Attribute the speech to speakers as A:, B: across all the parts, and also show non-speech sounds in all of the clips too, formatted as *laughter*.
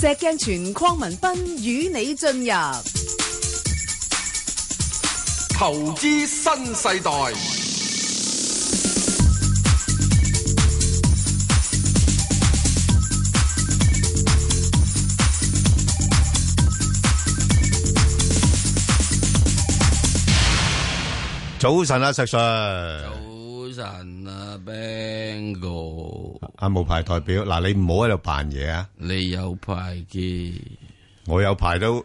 A: 石鏡泉鄺民彬與你進入
B: 投資新世代。
C: 早晨啊，石 Sir，
D: 早晨啊，Bang 哥，
C: 阿無啊牌代表，嗱你唔好喺度扮嘢啊！
D: 你有牌嘅，
C: 我有牌都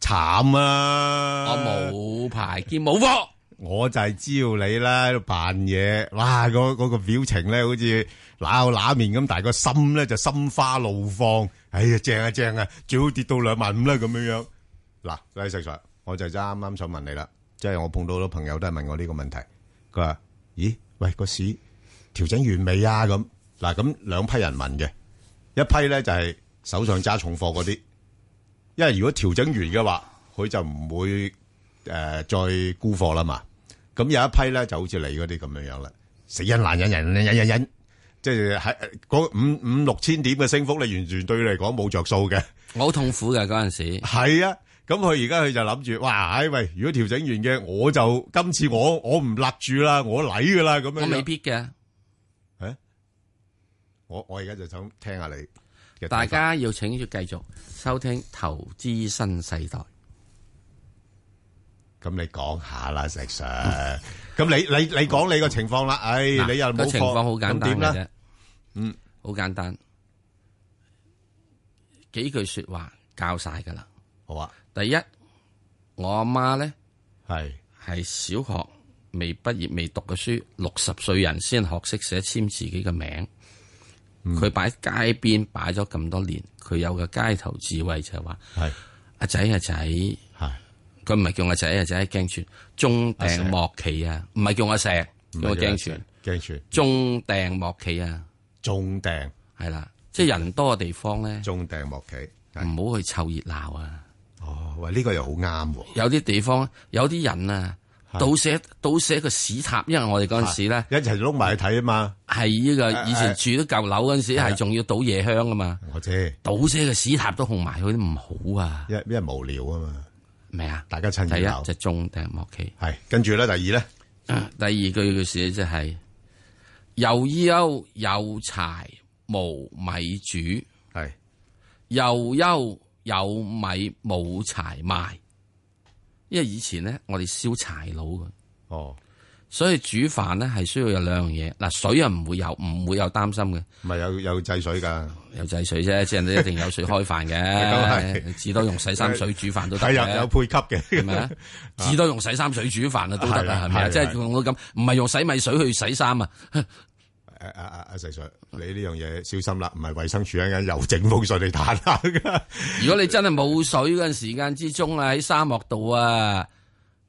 C: 慘啊！
D: 我冇牌嘅，冇喎。
C: 我就係知道你啦，喺度扮嘢，哇！嗰、嗰個表情咧，好似揦揦面咁，但係個心咧就心花怒放。哎呀，正啊正啊，最好跌到兩萬五啦咁樣樣。嗱，你石 Sir，我就啱啱想問你啦，即係我碰到好多朋友都係問我呢個問題。佢話：咦，喂，個市調整完未啊？咁嗱，咁兩批人問嘅，一批咧就係手上揸重貨嗰啲，因為如果調整完嘅話，佢就唔會誒、呃再沽貨啦嘛。咁有一批咧就好似你嗰啲咁樣樣啦，死忍難忍忍忍忍忍忍，即係喺嗰五五六千點嘅升幅，你完全對你嚟講冇着數嘅。
D: 我好痛苦嘅嗰陣時，
C: 係啊，咁佢而家佢就諗住，哇！唉喂，如果調整完嘅，我就今次我我唔勒住啦，我嚟噶啦咁樣。
D: 我未必
C: 啊
D: 嘅。
C: 我我而家就想聽下你嘅睇法
D: 大家要請住繼續收聽《投資新世代》。
C: 咁你講下啦，石 Sir。咁你你你講你個情況啦，唉，
D: 嗱
C: 你又冇
D: 個情況
C: 貨
D: 好簡
C: 咁
D: 單
C: 點
D: 嘅
C: 啦？
D: 啫，
C: 嗯，
D: 好簡單，幾句说話教晒噶啦。
C: 好啊，
D: 第一，我阿媽咧
C: 係
D: 係小學未畢業未讀嘅書，六十歲人先學識寫簽自己嘅名。
C: 嗯
D: 佢擺喺街邊擺咗咁多年，佢有嘅街頭智慧就係話：
C: 係
D: 阿仔啊仔。
C: 係
D: 佢唔係叫我仔啊仔，驚傳中
C: 阿石
D: 掟莫棋啊，唔係叫我石，叫我驚傳
C: 驚傳
D: 中掟莫棋啊，
C: 中訂
D: 係啦，即係人多嘅地方咧，
C: 中訂莫企。係
D: 唔好去湊熱鬧啊！
C: 哦，喂，呢個又好啱喎。
D: 有啲地方有啲人啊，倒瀉倒瀉個屎塔，因為我哋嗰陣時咧
C: 一齊碌埋去睇啊嘛，
D: 係呢個
C: 誒
D: 以前住啲舊樓嗰陣時係仲要倒夜香啊嘛，
C: 我知，
D: 倒瀉個屎塔都控埋佢都唔好啊，
C: 因因為無聊啊嘛，
D: 咩啊？
C: 大家趁熱
D: 第一
C: 鬧
D: 就中掟莫棋。
C: 係跟住咧，第二咧
D: 啊第二句嘅事就係又憂有柴無米煮，
C: 係
D: 又憂有米冇柴賣。因為以前咧，我哋燒柴佬嘅，
C: 哦，
D: 所以煮飯咧係需要有兩樣嘢。嗱，水啊唔會有，唔會有擔心嘅，
C: 唔係有有制水㗎，
D: 有制水啫，即係你一定有水開飯
C: *laughs* 咁
D: 嘅，
C: 係
D: 至多用洗衫水煮飯都得
C: 係有有
D: 嘅。
C: 配給
D: 係咪啊
C: 嘅，？ *laughs*
D: 至多用洗衫水煮飯啊，都得
C: 係啊
D: 啊，係咪
C: 係
D: 啊？
C: 啊
D: 即係用到咁，唔係用洗米水去洗衫啊，
C: 誒誒誒誒，石 Sir，你呢樣嘢小心啦，唔係衞生署一陣間又整封信你彈
D: *laughs*
C: 下㗎，
D: 如果你真係冇水嗰陣時間之中啊，喺沙漠度啊，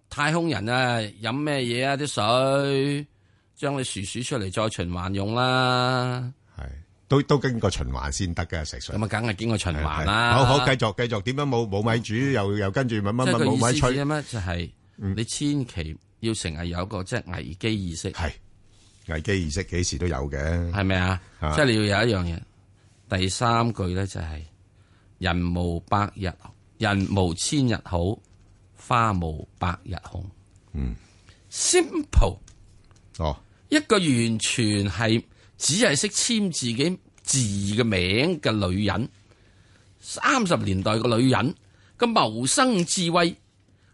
D: 太空人啊，飲咩嘢啊？啲水將你薯薯出嚟再循環用啦，
C: 係都都經過循環先得嘅，石 Sir
D: 咁。啊，梗係經過循環啦。
C: 好好，繼續繼續，點樣冇冇米煮，又又跟住乜乜
D: 即係
C: 乜
D: 個
C: 冇
D: 意
C: 米
D: 思
C: 吹嗯
D: 係，乜？就係你千祈要成日有一個即係危機意識，
C: 係危機意識幾時都有嘅，
D: 係咪啊？
C: 啊
D: 即係你要有一樣嘢。第三句咧就係人無百日，人無千日好，花無百日紅。
C: 嗯
D: ，simple。
C: 哦，
D: 一個完全係只係識簽自己字嘅名嘅女人，三十年代嘅女人嘅謀生智慧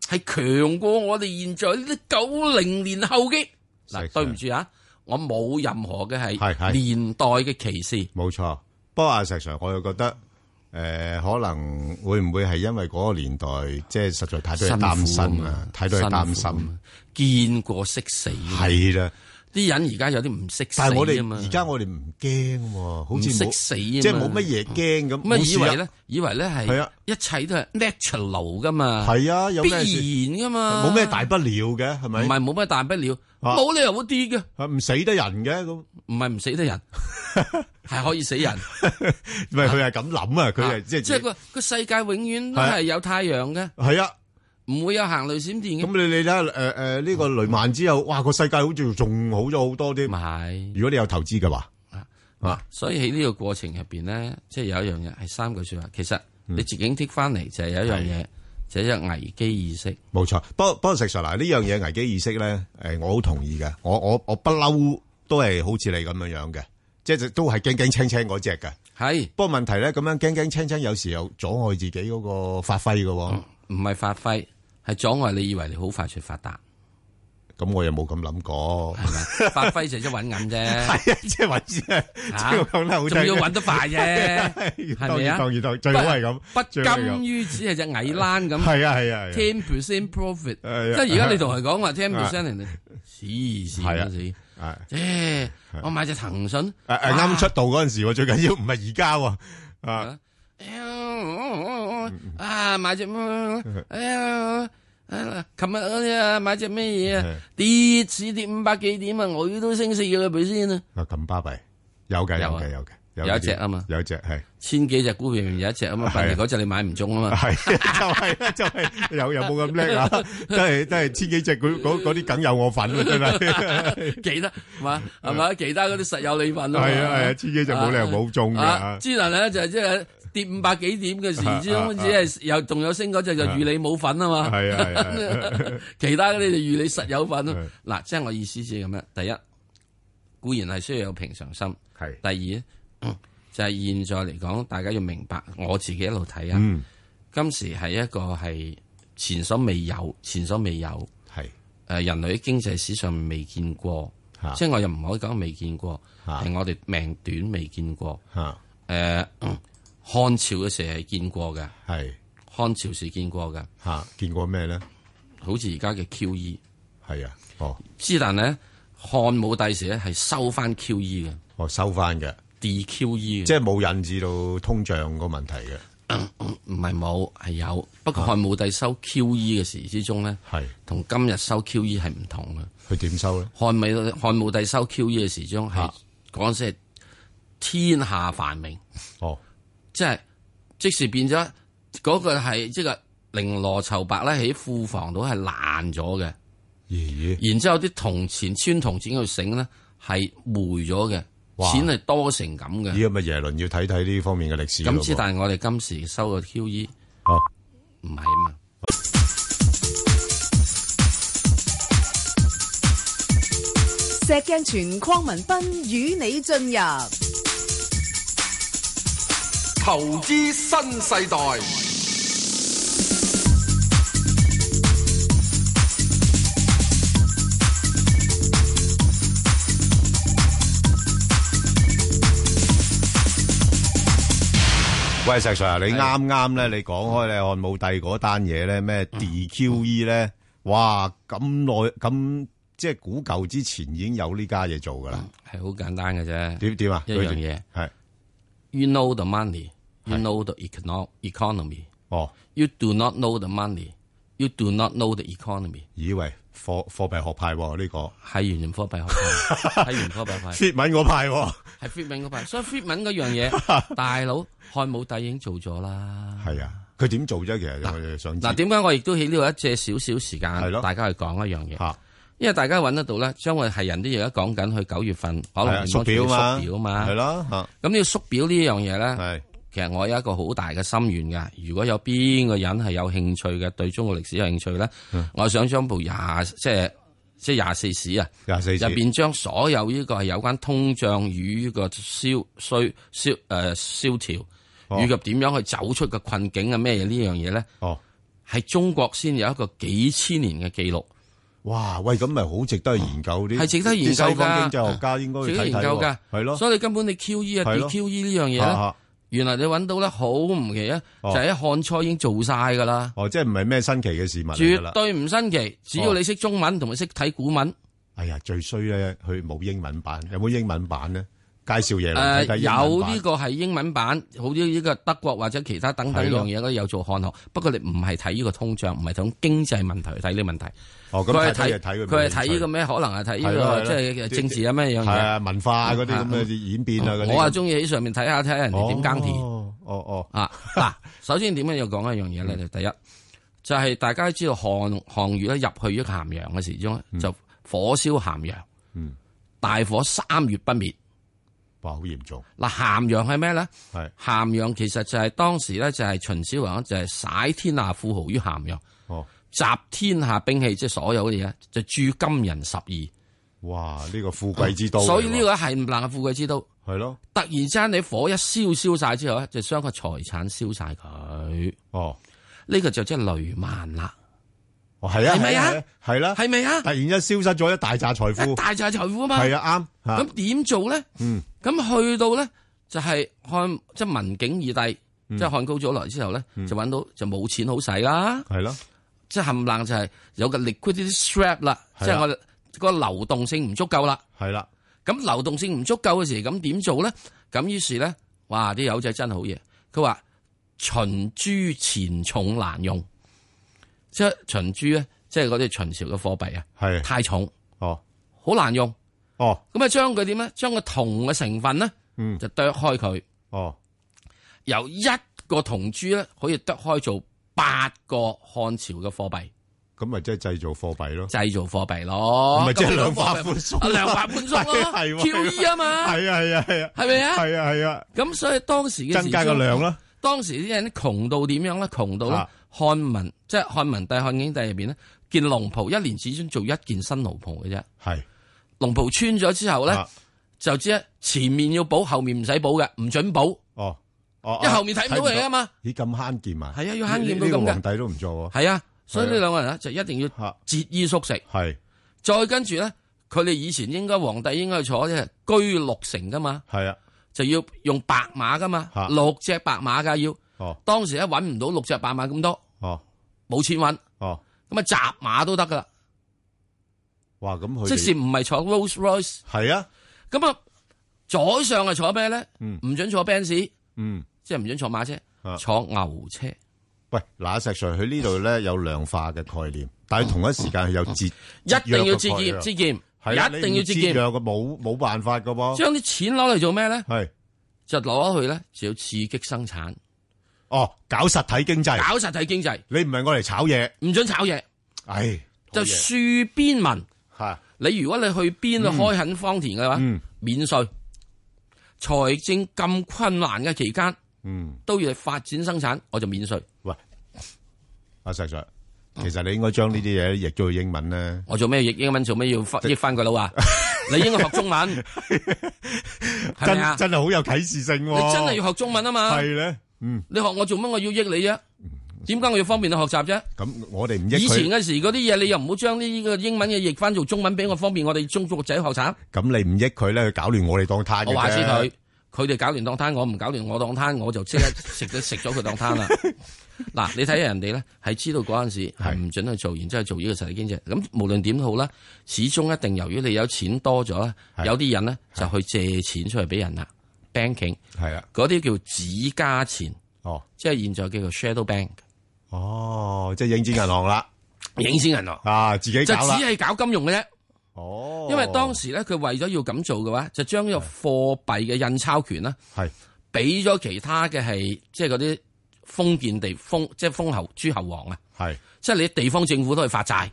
D: 係強過我哋現在呢啲九零年後嘅。
C: 實在
D: 嗱，對唔住啊，我冇任何嘅
C: 係係
D: 係年代嘅歧視。
C: 冇錯。不過阿石 Sir，我又覺得誒，可能會唔會係因為嗰個年代，即係實在太多人擔心啊，太多人擔
D: 辛苦啊
C: 心，
D: 嘛，見過識死啊嘛。
C: 係啦。
D: 啲人而家有啲唔識死
C: 但係我
D: 啊
C: 哋
D: 嘛
C: 而，家我哋唔驚喎，好
D: 唔
C: 似
D: 識
C: 冇
D: 死啊嘛，
C: 即係冇乜嘢驚咁。
D: 咁啊，
C: 冇事
D: 以
C: 啊
D: 為咧，以為咧
C: 係啊
D: 係一切都係 natural 噶嘛，
C: 係啊，有咩事？
D: 必然噶嘛，
C: 冇咩大不了嘅，係
D: 啊唔
C: 咪？
D: 係冇咩大不了，
C: 啊
D: 冇理由會跌嘅，
C: 係唔死得人嘅咁，
D: 唔係唔死
C: *laughs*
D: 得人，係可以死人，
C: 喂，佢係咁諗啊，佢係
D: 啊
C: 即係
D: 即係個個世界永遠都
C: 係啊
D: 係有太陽嘅，
C: 係啊。
D: 唔會有行雷閃電嘅，
C: 咁你你睇下誒誒呢個雷曼之後，哇個世界好似仲好咗好多
D: 唔
C: 啲。
D: 係。
C: 如果你有投資嘅話，
D: 啊
C: 啊
D: 所以喺呢個過程入邊咧，即係有一樣嘢係三句説話。其實
C: 嗯
D: 你自己剔翻嚟就係有一樣嘢，就係一個危機意識。
C: 冇錯，不過不過，石 Sir 嗱，呢樣嘢危機意識咧，誒，我好同意嘅。我我我不嬲都係好似你咁樣樣嘅，即係都係驚驚青青嗰只嘅。
D: 係
C: 不過問題咧，咁樣驚驚青青，有時又阻礙自己嗰個發揮嘅喎。
D: 唔係發揮？係阻礙你以為你好快脆發達，
C: 咁我又冇咁諗過。
D: 係咪？
C: *laughs*
D: 發揮就一揾銀啫，
C: 係啊，即係揾先，即
D: 嚇
C: 係講得好聽
D: 啊仲
C: 嘅
D: 要揾得
C: *laughs*
D: 快啫，係
C: 當
D: 咪
C: 然
D: 啊
C: 當？然當然最好係咁，
D: 不
C: 最好係
D: 甘
C: 咁。
D: 於只係隻蟻
C: *laughs*
D: 躝咁。
C: 係啊係啊係啊。
D: ten percent profit，即
C: 係啊
D: 係而家你同佢講話 ten percent 人哋黐
C: 係啊
D: 線嗰
C: 係
D: 時，誒我買只騰訊，
C: 誒誒啱出道嗰陣時喎，最緊要唔係而家喎。啊，
D: 啊啊
C: *laughs*
D: 買只咩？誒啊琴日嗰啲啊買只咩嘢啊？跌市跌五百幾點啊，我都升四個 percent 啊！
C: 啊咁巴閉，有嘅有
D: 有啊
C: 嘅有嘅，
D: 有一
C: 啲
D: 隻啊嘛
C: 有一隻係。
D: 千幾隻股票入面有一隻啊嘛，
C: 係啊
D: 但係嗰隻你買唔中啊嘛，
C: 系就 *laughs* 係啦，就係有有冇咁叻
D: *laughs*
C: 啊？真係真係千幾隻嗰嗰嗰啲梗有我份喎，真係
D: *laughs*
C: 係
D: 其他係嘛係嘛，其他嗰啲實有你份啊嘛。
C: 啊係啊，千幾隻冇理由冇中
D: 啊
C: 噶，。
D: 之能咧就係即係跌五百幾點嘅
C: 啊
D: 時之中，只係又仲有升嗰只就預你冇份啊嘛。
C: 係啊係啊係
D: 其他嗰啲就預你實有份
C: 啊
D: 咯。嗱，即係我意思係咁樣。第一，固然係需要有平常心。
C: 係
D: 第二，嗯就係現在嚟講，大家要明白，我自己一路 *laughs* 睇啊，
C: 嗯
D: 今時係一個係前所未有、前所未有
C: 係
D: 誒人類經濟史上未見過。
C: 嚇
D: 即係我又唔可以講未見過，
C: 啊
D: 係我哋命短未見過。
C: 吓
D: 誒、呃嗯漢朝嘅時候係見過嘅，
C: 係
D: 漢朝時見過嘅，
C: 吓見過咩咧？
D: 好似而家嘅 QE。
C: 係啊，哦
D: 之但咧，漢武帝時咧係收翻 QE 嘅
C: 我哦收翻嘅，即
D: ，DQE 嘅，
C: 係冇引致到通脹個問題嘅，
D: 唔係冇係有。不過漢武帝收 QE 嘅時之中咧，
C: 係
D: 同今日收 QE 係唔同嘅。
C: 佢點收咧？
D: 漢武帝漢武帝收 QE 嘅時中係
C: 啊
D: 嗰陣時係天下繁榮，
C: 哦
D: 即係即時變咗嗰、個係即係綾羅綢白咧喺庫房度係爛咗嘅。
C: 咦咦
D: 然之後啲銅錢穿銅錢嗰條繩咧係霉咗嘅，
C: 哇
D: 錢係多成咁嘅。
C: 咦咁啊耶倫要睇睇呢方面嘅歷史
D: 咁
C: 咯
D: 之
C: 喎
D: 但係我哋今時收嘅 QE
C: 哦
D: 唔係啊嘛。
A: 石鏡泉匡文斌與你進入
B: 投資新世代，
C: 喂，石 Sir，你
D: 係
C: 啱啱咧，你講開咧漢武帝嗰單嘢咧，咩
D: 嗯
C: DQE 咧，哇，咁耐咁即係古舊之前已經有呢家嘢做噶啦，
D: 係好簡單嘅啫。
C: 點點啊？
D: 嗯一樣嘢
C: 係
D: You know the money, you know the econo- economy.
C: 哦，
D: You do not know the money, you do not know the economy.
C: 以為貨貨幣學派喎呢個
D: 係原型貨幣學
C: *laughs*
D: 派，係原貨幣派，
C: ，fit 文嗰派喎，
D: 係 fit 文嗰派。所以 fit 文嗰樣
C: *laughs*
D: 嘢，大佬漢武帝已經做咗啦。
C: 係啊，佢點做啫？其實我哋想知
D: 嗱，點解我亦都喺呢度一借少少時間
C: 係咯，
D: 大家去講一樣嘢。
C: 嚇
D: 因為大家揾得到咧，將會係人啲而家講緊去九月份可
C: 係啊
D: 能
C: 縮表嘛，
D: 縮表嘛，啊
C: 係咯嚇，
D: 咁呢個縮表呢樣嘢咧，
C: 係
D: 其實我有一個好大嘅心願噶。如果有邊個人係有興趣嘅，對中國歷史有興趣咧，
C: 嗯
D: 我想將部廿即係即係廿四史啊，
C: 廿四
D: 入
C: 字
D: 邊將所有呢個係有關通脹與呢個消衰消誒蕭條，
C: 哦
D: 以及點樣去走出個困境啊咩嘢呢樣嘢咧，
C: 哦，
D: 係中國先有一個幾千年嘅記錄。
C: 哇，喂，咁咪好值得去研究啲，
D: 係值得研究
C: 啲
D: 㗎
C: 西方經濟學家應該去
D: 自己
C: 睇
D: 研
C: 睇
D: 究
C: 喎
D: 㗎，
C: 係咯，
D: 所以你根本你 QE 啊、
C: 係咯
D: DQE 呢樣嘢
C: 嚇
D: 咧，
C: 嚇
D: 原來你揾到咧好唔奇啊，就
C: 哦
D: 喺漢初已經做晒㗎啦，
C: 哦，即係唔係咩新奇嘅事物啊嚟㗎啦
D: 絕。對唔新奇。只要你識中文同埋識睇古文，
C: 哎呀，最衰咧，佢冇英文版，有冇英文版咧？介紹嘢嚟睇睇英文
D: 誒呃有
C: 版
D: 呢個係英文版，好似呢個德國或者其他等等
C: 係咯
D: 樣嘢嗰啲有做漢學，不過你唔係睇呢個通脹，唔係睇經濟問題去睇呢個問題，
C: 哦，咁
D: 佢
C: 睇睇
D: 係
C: 就睇
D: 睇
C: 佢，
D: 佢係睇呢個咩？可能係睇呢
C: 係咯
D: 個
C: 係
D: 即
C: 咯
D: 係政治啊咩樣
C: 係
D: 嘢。
C: 啊文化嗰啲咁嘅演變啊嗰啲。
D: 我啊中意喺上面睇下睇下人哋點耕田。
C: 哦哦哦，
D: 啊，嗱，首先點解要講一樣嘢咧？就第一就係大家都知道項項羽咧入去一個咸陽嘅時鐘就火燒咸陽，
C: 嗯
D: 大火三月不滅，
C: 哇，好嚴重，
D: 嗱，咸陽係咩咧？
C: 係
D: 咸陽其實就係當時咧，就係秦始皇就係徙天下富豪於咸陽，
C: 哦，
D: 集天下兵器，即係所有嘅嘢，就鑄金人十二。
C: 哇，呢個富貴之都嚟喎，
D: 嗯所以呢個係唔能係富貴之都。
C: 係咯，
D: 突然之間你火一燒燒晒之後咧，就將個財產燒晒佢。
C: 哦，
D: 呢個就即係雷曼啦，
C: 哦係啊，
D: 係咪啊
C: 係啊，係啦，
D: 係咪啊
C: 突？然一消失咗一大扎財
D: 一
C: 富，
D: 大就係財富啊嘛。
C: 係啊，啱嚇
D: 咁點做咧？
C: 嗯
D: 咁去到咧就係漢即係文景二帝，
C: 嗯
D: 即係漢高祖來之後咧，就揾到就冇錢好使啦，
C: 係咯，
D: 即係冚冷就係有個 liquidity strap 啦，
C: 係啊
D: 即係我哋個流動性唔足夠啦。
C: 係啦，
D: 咁流動性唔足夠嘅時，咁點做咧？咁於是咧，哇！啲友仔真係好嘢，佢話秦珠錢重難用，即係秦珠咧，即係嗰啲秦朝嘅貨幣啊，
C: 係，
D: 太重，
C: 哦，
D: 好難用。
C: 哦，
D: 咁啊，將佢點咧？將個銅嘅成分咧，
C: 嗯
D: 就剁開佢，
C: 哦，
D: 由一個銅珠咧，可以剁開做八個漢朝嘅貨幣，
C: 咁咪即係製造貨幣咯，
D: 製造貨幣咯。
C: 唔係即係
D: 哦咁
C: 兩化寬鬆
D: 啊兩化寬鬆咯
C: *laughs* 係喎
D: ，QE 啊嘛，
C: 係啊，係啊，係啊，
D: 係咪啊？
C: 係啊，係啊，
D: 咁所以當時嘅
C: 增加
D: 時
C: 個
D: 鐘
C: 量啦，
D: 當時啲人窮到點樣咧？窮到咧
C: 啊，
D: 漢文即係漢文帝、漢景帝入邊咧，件龍袍一年只准做一件新龍袍嘅啫。
C: 係，
D: 龍袍穿咗之後咧，
C: 啊
D: 就知咧前面要補，後面唔使補嘅，唔准補，
C: 哦，哦，
D: 因為後面睇唔到你啊嘛。
C: 咦咁慳儉啊？
D: 係啊要慳儉到
C: 呢呢
D: 咁㗎
C: 個皇帝都唔做
D: 係啊，所以呢兩個人咧就一定要
C: 喎，嚇
D: 節衣縮食。
C: 係
D: 再跟住咧，佢哋以前應該皇帝應該坐即係居六城噶嘛，
C: 係啊，
D: 就要用白馬噶嘛
C: 嚇，
D: 六隻白馬㗎要。
C: 哦
D: 當時咧揾唔到六隻白馬咁多，
C: 哦
D: 冇錢揾，
C: 哦，
D: 咁啊雜馬都得噶啦。
C: 哇咁佢哋
D: 即使唔係坐 Rolls Royce，
C: 係啊，
D: 咁啊，左上係坐咩咧？
C: 嗯
D: 唔准坐 Benz，即
C: 嗯。
D: 係唔准坐馬車
C: 啊，
D: 坐牛車。
C: 喂，嗱，石 Sir，佢呢度咧有量化嘅概念，但係
D: 哦
C: 同一時間佢有節，
D: 一定要節
C: 節約
D: 儉，
C: 嘅
D: 節儉，
C: 概念係啊
D: 一定要節
C: 你唔
D: 儉。
C: 約嘅冇冇辦法噶噃，
D: 將啲錢攞嚟做咩咧？
C: 係
D: 就攞去咧，就要刺激生產，
C: 哦，搞實體經濟，
D: 搞實體經濟，
C: 你唔係我嚟炒嘢，
D: 唔准炒嘢，
C: 唉，好
D: 就
C: 嘢
D: 戍邊民。
C: 嚇，
D: 你如果你去邊度開墾荒田嘅話，
C: 嗯
D: 免税。財政咁困難嘅期間，
C: 嗯，
D: 都要發展生產，我就免税，
C: 喂，阿石 Sir，其實你應該將呢啲嘢譯咗去英文咧，
D: 我做咩譯英文？做咩要翻譯翻佢佬
C: *laughs*
D: 啊？你應該學中文，係
C: 真
D: 咪啊？
C: 真係好有啟示性
D: 你
C: 喎，
D: 真係要學中文啊嘛！
C: 係咧，嗯，
D: 你學我做乜？我要益你啫？點解我要方便你學習啫？
C: 咁我哋唔益
D: 以前
C: 佢，
D: 嘅時嗰啲嘢，你又唔好將呢個英文嘅譯翻做中文俾我方便我哋中國仔學習。
C: 咁你唔益佢咧，佢搞亂我哋當攤嘅啫
D: 我話知佢，佢哋搞亂當攤，我唔搞亂我當攤，我就
C: *laughs*
D: 即刻食咗食咗佢當攤啦。嗱，你睇下人哋咧，係知道嗰陣時係唔准去做，然之後做呢個實體經濟。咁無論點都好啦，始終一定由於你有錢多咗啦，
C: 係
D: 有啲人咧就去借錢出嚟俾人啦，banking
C: 係啊，
D: 嗰啲叫指加錢，
C: 哦，
D: 即係現在叫做 shadow bank，
C: 哦，即係影子銀行啦，
D: 影子銀行，
C: 啊，自己
D: 就
C: 搞
D: 只
C: 啦，
D: 係搞金融嘅啫。
C: 哦，
D: 因為當時咧，佢為咗要咁做嘅話，就將呢個貨幣嘅印鈔權啦，
C: 係
D: 俾咗其他嘅係即係嗰啲封建地封，即係封侯諸侯王啊，
C: 係。
D: 即係你地方政府都去發債，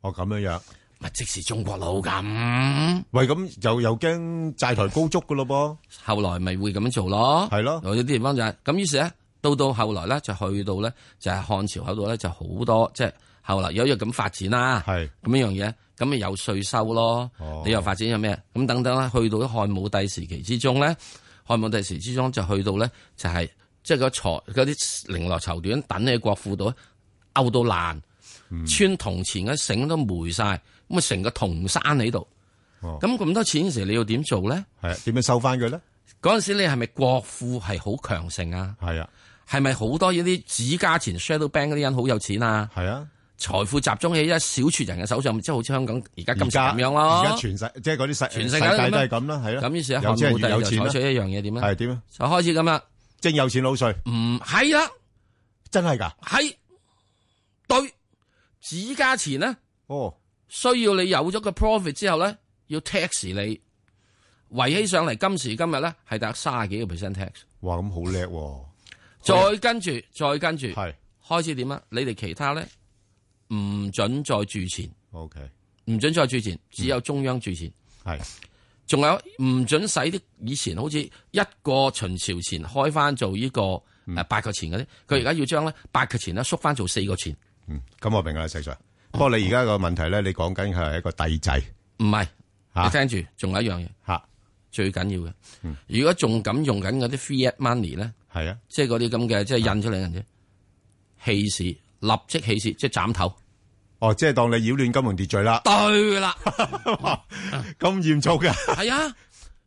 C: 哦，咁樣樣，
D: 咪即是中國佬咁。
C: 喂，咁又又驚債台高築噶咯
D: 後來咪會咁樣做咯，
C: 係咯
D: 有啲地方就係咁，於是咧到到後來咧就去到咧就係漢朝嗰度咧就好多即係後來有一樣咁發展啦，
C: 係
D: 咁樣樣嘢，咁咪有税收咯，
C: 哦
D: 你又發展咗咩？咁等等啦，去到漢武帝時期之中咧，漢武帝時期之中就去到咧就係即係個財嗰啲零落綢緞等喺國庫度摳到爛，
C: 嗯
D: 穿銅錢嘅繩都霉晒，咁啊成個銅山喺度，
C: 哦
D: 咁咁多錢嘅時候你要點做咧？
C: 噃，係啊點樣收翻佢咧？
D: 嗰陣時你係咪國庫係好強盛啊？
C: 係啊，
D: 係咪好多呢啲指家前 shadow bank 嗰啲人好有錢啊？
C: 係啊，
D: 財富集中喺一小撮人嘅手上，即係好似香港而家今
C: 而
D: 時
C: 家
D: 咁樣
C: 而家
D: 咯。
C: 全世即係嗰啲世
D: 全世界
C: 世
D: 都
C: 界都係
D: 咁樣
C: 咁啦，係啦。
D: 咁於是咧，
C: 有錢
D: 漢武
C: 人
D: 帝
C: 有
D: 就
C: 錢
D: 採取
C: 啦，
D: 一樣嘢點咧？
C: 係點啊？
D: 就開始咁啦，
C: 徵有錢佬税，
D: 唔係啦，
C: 真係㗎？
D: 係對指家前咧，
C: 哦，
D: 需要你有咗個 profit 之後咧，要 tax 你，圍起上嚟今時今日咧係得卅幾個 percent tax，
C: 哇，咁好叻喎！
D: 再跟住再跟住
C: 係
D: 開始點啊？你哋其他咧唔准再注錢。
C: OK， *laughs*
D: 唔准再注錢，只有中央注錢。
C: 係
D: 仲有唔准使啲以前好似一個秦朝前開翻做呢、個誒、呃八個錢嗰啲，佢而家要將咧八個錢咧縮翻做四個錢，
C: 嗯，咁我明啦，石 Sir。不過你而家個問題咧，你講緊係一個帝制
D: 唔係
C: 嚇嗯
D: 你聽住，仲有一樣嘢
C: 吓，
D: 最緊要嘅，如果仲咁用緊嗰啲 fiat money 咧，
C: 係啊，
D: 即係嗰啲咁嘅即係印出嚟嘅嘢，棄市立即棄市，即係斬頭。
C: 哦，即係當你擾亂金融秩序啦，
D: 對
C: *laughs*
D: 啦，
C: 咁嚴重嘅，
D: 係啊，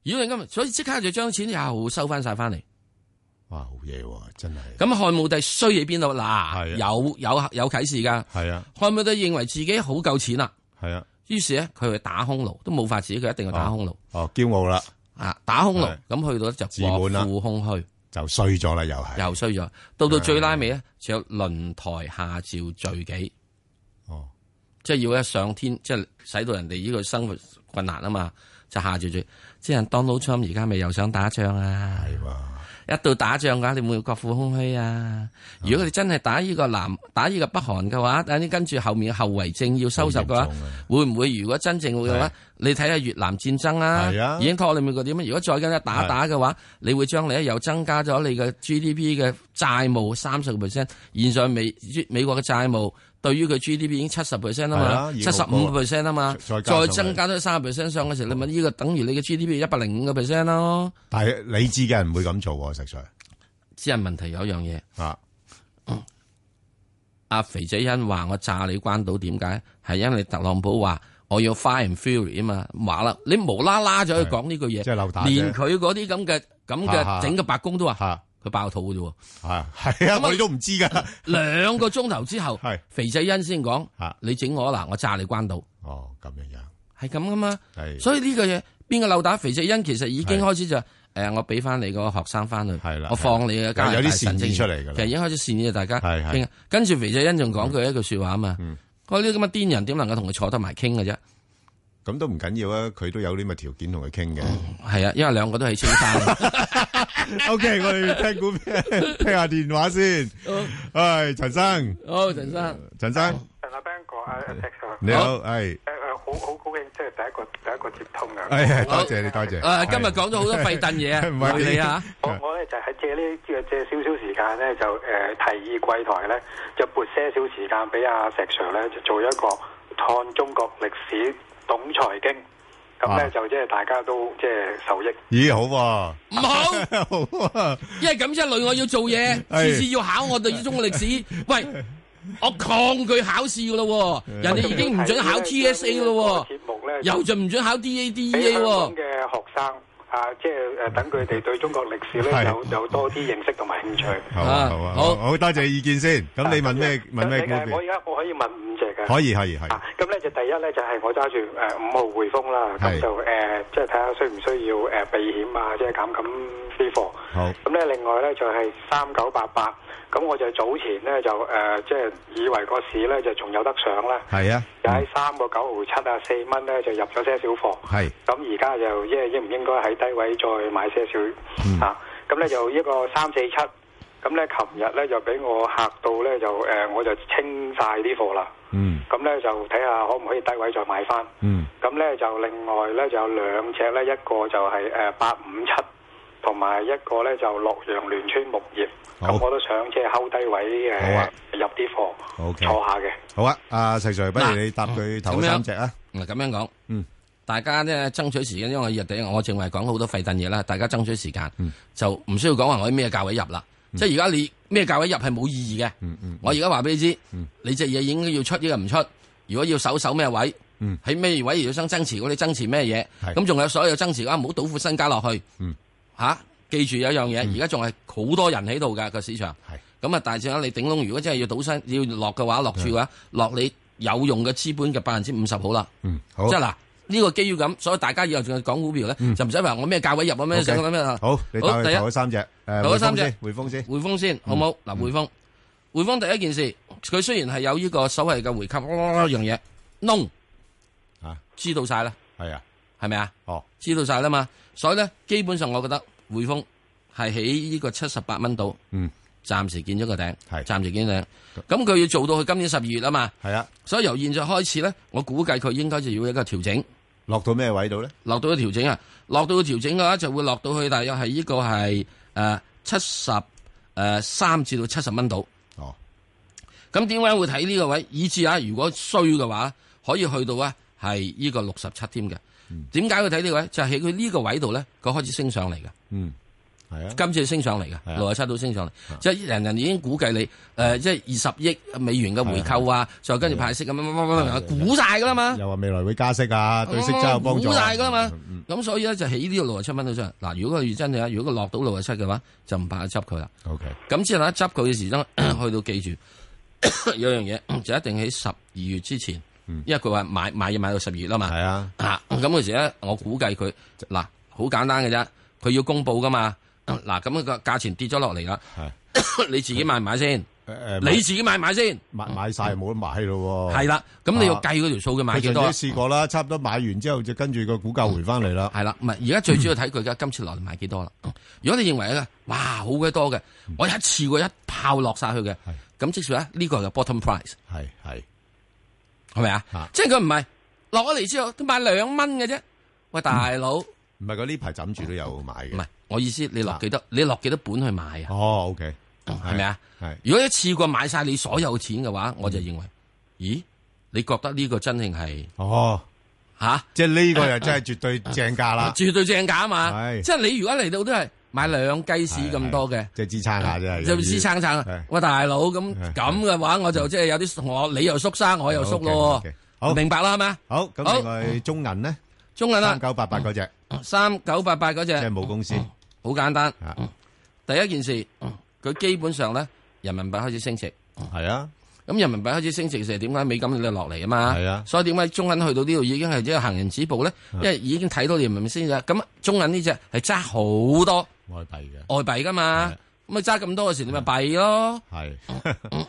D: 如果你今日，所以即刻就將錢又收翻晒翻嚟。
C: 哇，好嘢喎，真係，
D: 咁漢武帝衰喺邊度？嗱，
C: 係啊
D: 有有有啟示㗎。
C: 係啊，
D: 漢武帝認為自己好夠錢啦，
C: 係啊，
D: 於是咧佢去打匈奴，都冇法子，佢一定要打匈奴
C: 哦，驕傲啦，
D: 啊！打匈奴
C: 係
D: 咁去到咧
C: 自
D: 就
C: 滿
D: 國
C: 啦
D: 庫空虛，
C: 就衰咗啦，又係，
D: 又衰咗。到到最拉尾咧，就有輪台下詔罪己，
C: 哦，
D: 即係要一上天，即係使到人哋呢個生活困難啊嘛，就下詔罪。即係 Donald Trump 而家咪又想打仗啊！
C: 係喎，
D: 一到打仗嘅話，你會唔會國庫空虛啊？如果你真係打呢個南打呢個北韓嘅話，等啲跟住後面嘅後遺症要收拾嘅話
C: 好嚴重啊，
D: 會唔會如果真正會嘅
C: 係
D: 話，你睇下越南戰爭啦
C: 係啊，
D: 已經拖你美國點啊？如果再跟一打打嘅話，你會將你又增加咗你嘅 GDP 嘅債務三十個 percent，現在美美國嘅債務。對於佢 GDP 已經七十 percent 啊
C: 係啊
D: 嘛，
C: 已
D: 七
C: 經
D: 十
C: 好高
D: 五
C: 啊
D: percent 啊嘛，
C: 再加上
D: 再
C: 去
D: 增加咗三十 percent 上嘅時候，你咪呢個等於你嘅 GDP 一百零五個 percent 咯。
C: 但係理智嘅人唔會咁做喎，石 Sir，
D: 只係問題有一樣嘢，
C: 啊，
D: 阿肥仔欣話我炸你關島點解？係因為特朗普話我要 fire and fury 啊嘛，話啦，你無啦啦就去講呢句嘢，
C: 即係扭打啫
D: 連佢嗰啲咁嘅咁
C: 哈哈
D: 嘅整個白宮都話
C: 吓，
D: 佢爆肚嘅
C: *laughs*
D: 啫喎。
C: 係係啊，
D: 咁啊
C: 我哋都唔知噶，
D: 兩個鐘頭之後
C: 係，
D: 肥仔欣先講
C: 嚇：
D: 你整我嗱，我炸你關島，
C: 哦，咁樣樣，
D: 係咁噶嘛。
C: 係，
D: 所以呢個嘢邊個扭打肥仔欣，其實已經
C: 係
D: 開始就誒，我俾翻你個學生翻去
C: 係啦，
D: 我放你嘅
C: 係啦
D: 家
C: 有啲
D: 大
C: 善意
D: 神職
C: 出嚟㗎啦
D: 其實已經開始善意，大家
C: 係嗯係
D: 傾。啊跟住肥仔欣仲講佢一句説話啊嘛，我呢啲咁嘅癲人點能夠同佢坐得埋傾嘅啫？
C: 咁都唔緊要啊，佢都有啲咁嘅條件同佢傾嘅。
D: 係啊，因為兩個都係青
C: *laughs*
D: 山，
C: OK，我哋聽股票，聽下電話先。唉，陳生，
D: 好，陳生。
C: 陳生，
E: 阿 Ben 哥，阿阿石 Sir，
C: 你好，係，
E: 誒誒，好好高興，即係第一個第一個接通
C: 係係
E: 嘅。
C: 多謝你，多謝。
D: 誒，啊今日講咗好多廢燉嘢啊，
C: 唔係
D: 唔你啊，
E: 我我咧就係借呢借借少少時間咧，就誒、呃提議貴台咧，就撥些少時間俾阿石 Sir 咧，就做一個看中國歷史懂財經，咁
C: 啊
E: 咧就即係大家都即係受益。
C: 咦，好
D: 唔好，
C: 喎，好啊，
D: 因為咁一類我要做嘢，
C: 係
D: 次次要考我對中國歷史，喂，我抗拒考試噶咯喎，人哋已經唔准考 TSA 咯
E: 節目咧
D: 喎，又就唔准考 DADEA
E: 俾香
D: E 喎
E: 港，嘅學生啊，即係誒等佢哋對中國歷史咧
C: 係
E: 有有多啲認識同埋興趣。
C: 好啊，好啊，好，好多謝意見先。咁你問咩？問咩股
E: 我而
C: 票？
E: 家我可以問五隻嘅。
C: 可以，可以，係
E: 啊，咁咧就第一咧就係我揸住誒呃五號匯豐啦，
C: 係
E: 咁就誒即係睇下需唔需要誒避險啊，即係減緊啲貨。
C: 好。
E: 咁咧另外咧就係三九八八，咁我就早前咧就誒即係以為個市咧就仲有得上啦，
C: 係啊，
E: 就喺三個九毫七啊四蚊咧就入咗些少貨。
C: 係
E: 咁而家就即係應唔應該喺低位再買些少、啊？咁咧就一個三四七，咁咧琴日咧就俾我嚇到咧就誒、呃我就清晒啲貨啦。
C: 嗯
E: 咁咧就睇下可唔可以低位再買翻。
C: 嗯，
E: 咁咧就另外咧就有兩隻咧，一個就係誒八五七，同埋一個咧就洛陽聯村木業。
C: 好啊
E: 咁我都想即係睺低位誒、
C: 好啊
E: 入啲貨
C: OK
E: 坐下嘅。
C: 好啊。阿石 Sir，不如你答佢頭嗰
D: 咁樣
C: 三隻啊。
D: 嗱咁樣講，
C: 嗯，
D: 大家咧爭取時間，因為我日頂我正話講好多廢燉嘢啦，大家爭取時間，就唔需要講話我喺咩價位入啦。即係而家你咩價位入係冇意義嘅。
C: 嗯嗯
D: 我而家話俾你知，你隻嘢應該要出，呢個唔出。如果要守守咩位
C: 嗯，
D: 喺咩位而要想增持，我哋增持咩嘢？
C: 係
D: 咁仲有所有增持嘅話，啊唔好賭副身家落去
C: 嗯。
D: 吓，記住有一樣嘢，而家仲係好多人喺度㗎個市場。
C: 係
D: 咁啊，大隻啦，你頂籠如果真係要賭身要落嘅話，落住嘅話，落你有用嘅資本嘅百分之五十好啦。
C: 嗯，好嗯
D: 即。係嗱，呢個基於咁，所以大家以後仲要講股票咧，就唔使話我咩價位入啊咩
C: OK
D: 想咁咩啊。
C: 好，你答
D: 第
C: 佢頭嗰
D: 一
C: 三隻。誒，
D: 頭
C: 匯
D: 嗰三
C: 豐
D: 隻
C: 先，匯豐先。
D: 匯豐先，好冇？
C: 嗯
D: 嗱，匯豐，匯豐第一件事，佢雖然係有呢個所謂嘅回吸一樣嘢，no
C: 啊，
D: 知道晒啦，
C: 係啊，
D: 係咪啊？
C: 哦，
D: 知道晒啦嘛，所以咧，基本上我覺得匯豐係喺呢個七十八蚊度，
C: 嗯，
D: 暫時見咗個頂，
C: 係
D: 暫時見頂。咁佢要做到佢今年十二月啊嘛，
C: 係啊，
D: 所以由現在開始咧，我估計佢應該就要一個調整，
C: 落到咩位度咧？
D: 落到個調整啊，落到個調整嘅話就會落到去大約係呢個係誒七十誒三至到七十蚊度。
C: 哦，
D: 咁點解會睇呢個位？以至啊，如果衰嘅話，可以去到啊係呢個六十七添嘅。
C: 嗯
D: 點解會睇呢個位？就係喺佢呢個位度咧，佢開始升上嚟嘅。
C: 嗯，系啊，
D: 今次升上嚟
C: 係
D: 嘅，
C: 啊
D: 六十七度升上嚟，即係人人已經估計你誒，即係二十億美元嘅回購啊，
C: 嗯
D: 再跟住派息咁樣乜乜乜乜，估晒㗎啦嘛，
C: 又話未來會加息啊，對息真係啊有幫助
D: 估
C: 啊。
D: 哦晒㗎啦嘛
C: 嗯，
D: 咁所以咧就喺呢個六十七蚊度上。嗱，如果佢真係啊，如果佢落到六十七嘅話，就唔怕執佢啦。
C: 嗯，OK，
D: 咁之後咧執佢嘅時鐘 *coughs* 去到記住有樣嘢 *coughs* 就一定喺十二月之前，因為佢話買買嘢買到十二月啦嘛
C: 嗯係。啊，
D: 啊，咁嗰時咧，我估計佢嗱好簡單嘅啫，佢要公佈噶嘛。 *coughs* 嗱，咁啊個價錢跌咗落嚟啦， *coughs*
C: 係
D: 你自己買唔買先？
C: 誒
D: 你
C: 誒，
D: 自己買唔買先？
C: 買買晒又冇得買咯喎。
D: 係啦，咁你要計嗰條數佢買
C: 哦啊佢
D: 幾
C: 曾
D: 多啊？
C: 經試過啦，差唔多買完之後就跟住個股價回翻嚟啦。
D: 係啦，唔係而家最
C: 嗯
D: 主要睇佢而家今次落嚟買幾多啦。 *coughs* 如果你認為咧，哇好鬼多嘅，
C: 嗯
D: 我一次過一炮落晒去嘅，咁即使咧呢個係個 bottom price
C: 係係
D: 係咪啊
C: 啊？
D: 即係佢唔係落咗嚟之後都買兩蚊嘅啫。喂，大
C: 嗯
D: 佬，唔
C: 唔係佢呢排枕住都有買嘅。
D: 係我意思，你落幾多？你落幾多本去買啊？
C: 啊哦，OK，
D: 係咪啊？
C: 係
D: 如果一次過買晒你所有錢嘅話，我就認為，
C: 嗯
D: 咦？你覺得呢個真正係
C: 哦，
D: 吓
C: 即係呢個又真係絕對正價
D: *laughs*
C: 啦，
D: 絕對正價啊嘛？
C: 係
D: 即係你如果嚟到都係買兩雞屎咁多嘅，
C: 即係支撐下啫，
D: 就支撐撐
C: 係。
D: 喂，大佬咁
C: 係嗯
D: 咁嘅話，我就即係有啲我你又縮沙，我又縮咯
C: 哦 OK，OK，
D: 喎。
C: 好
D: 明白啦，係咪啊？
C: 好，咁
D: 好
C: 另外中銀咧，
D: 中銀啦
C: 三，九八八嗰只
D: 三九八八嗰
C: 即係
D: 只
C: 冇公司
D: 好簡單。
C: 啊，
D: 第一件事，
C: 嗯
D: 佢基本上咧，人民幣開始升值。
C: 係啊，
D: 咁人民幣開始升值嘅時候，點解美金就落嚟啊嘛？
C: 係啊嗯
D: 所以點解中銀去到呢度已經係即係行人止步咧？因為已經睇到人民幣升值啦。咁中銀呢只係揸好多
C: 外幣嘅
D: 外幣噶嘛，咁啊揸咁多嘅時候，你咪
C: 嗯
D: 幣咯，
C: 係，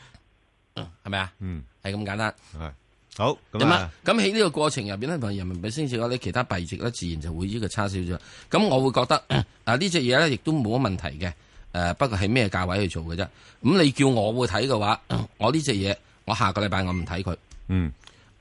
D: 係咪啊？
C: 嗯，
D: 係咁簡單。
C: 係好咁
D: 咁啊
C: 啊，，
D: 咁喺呢個過程入邊咧，同埋人民幣升值嘅話咧，其他幣值咧自然就會呢個差少少。咁我會覺得啊呢只嘢咧亦都冇乜問題嘅。誒、不過係咩價位去做嘅啫。咁你叫我會睇嘅話，我呢隻嘢我下個禮拜我唔睇佢。
C: 嗯，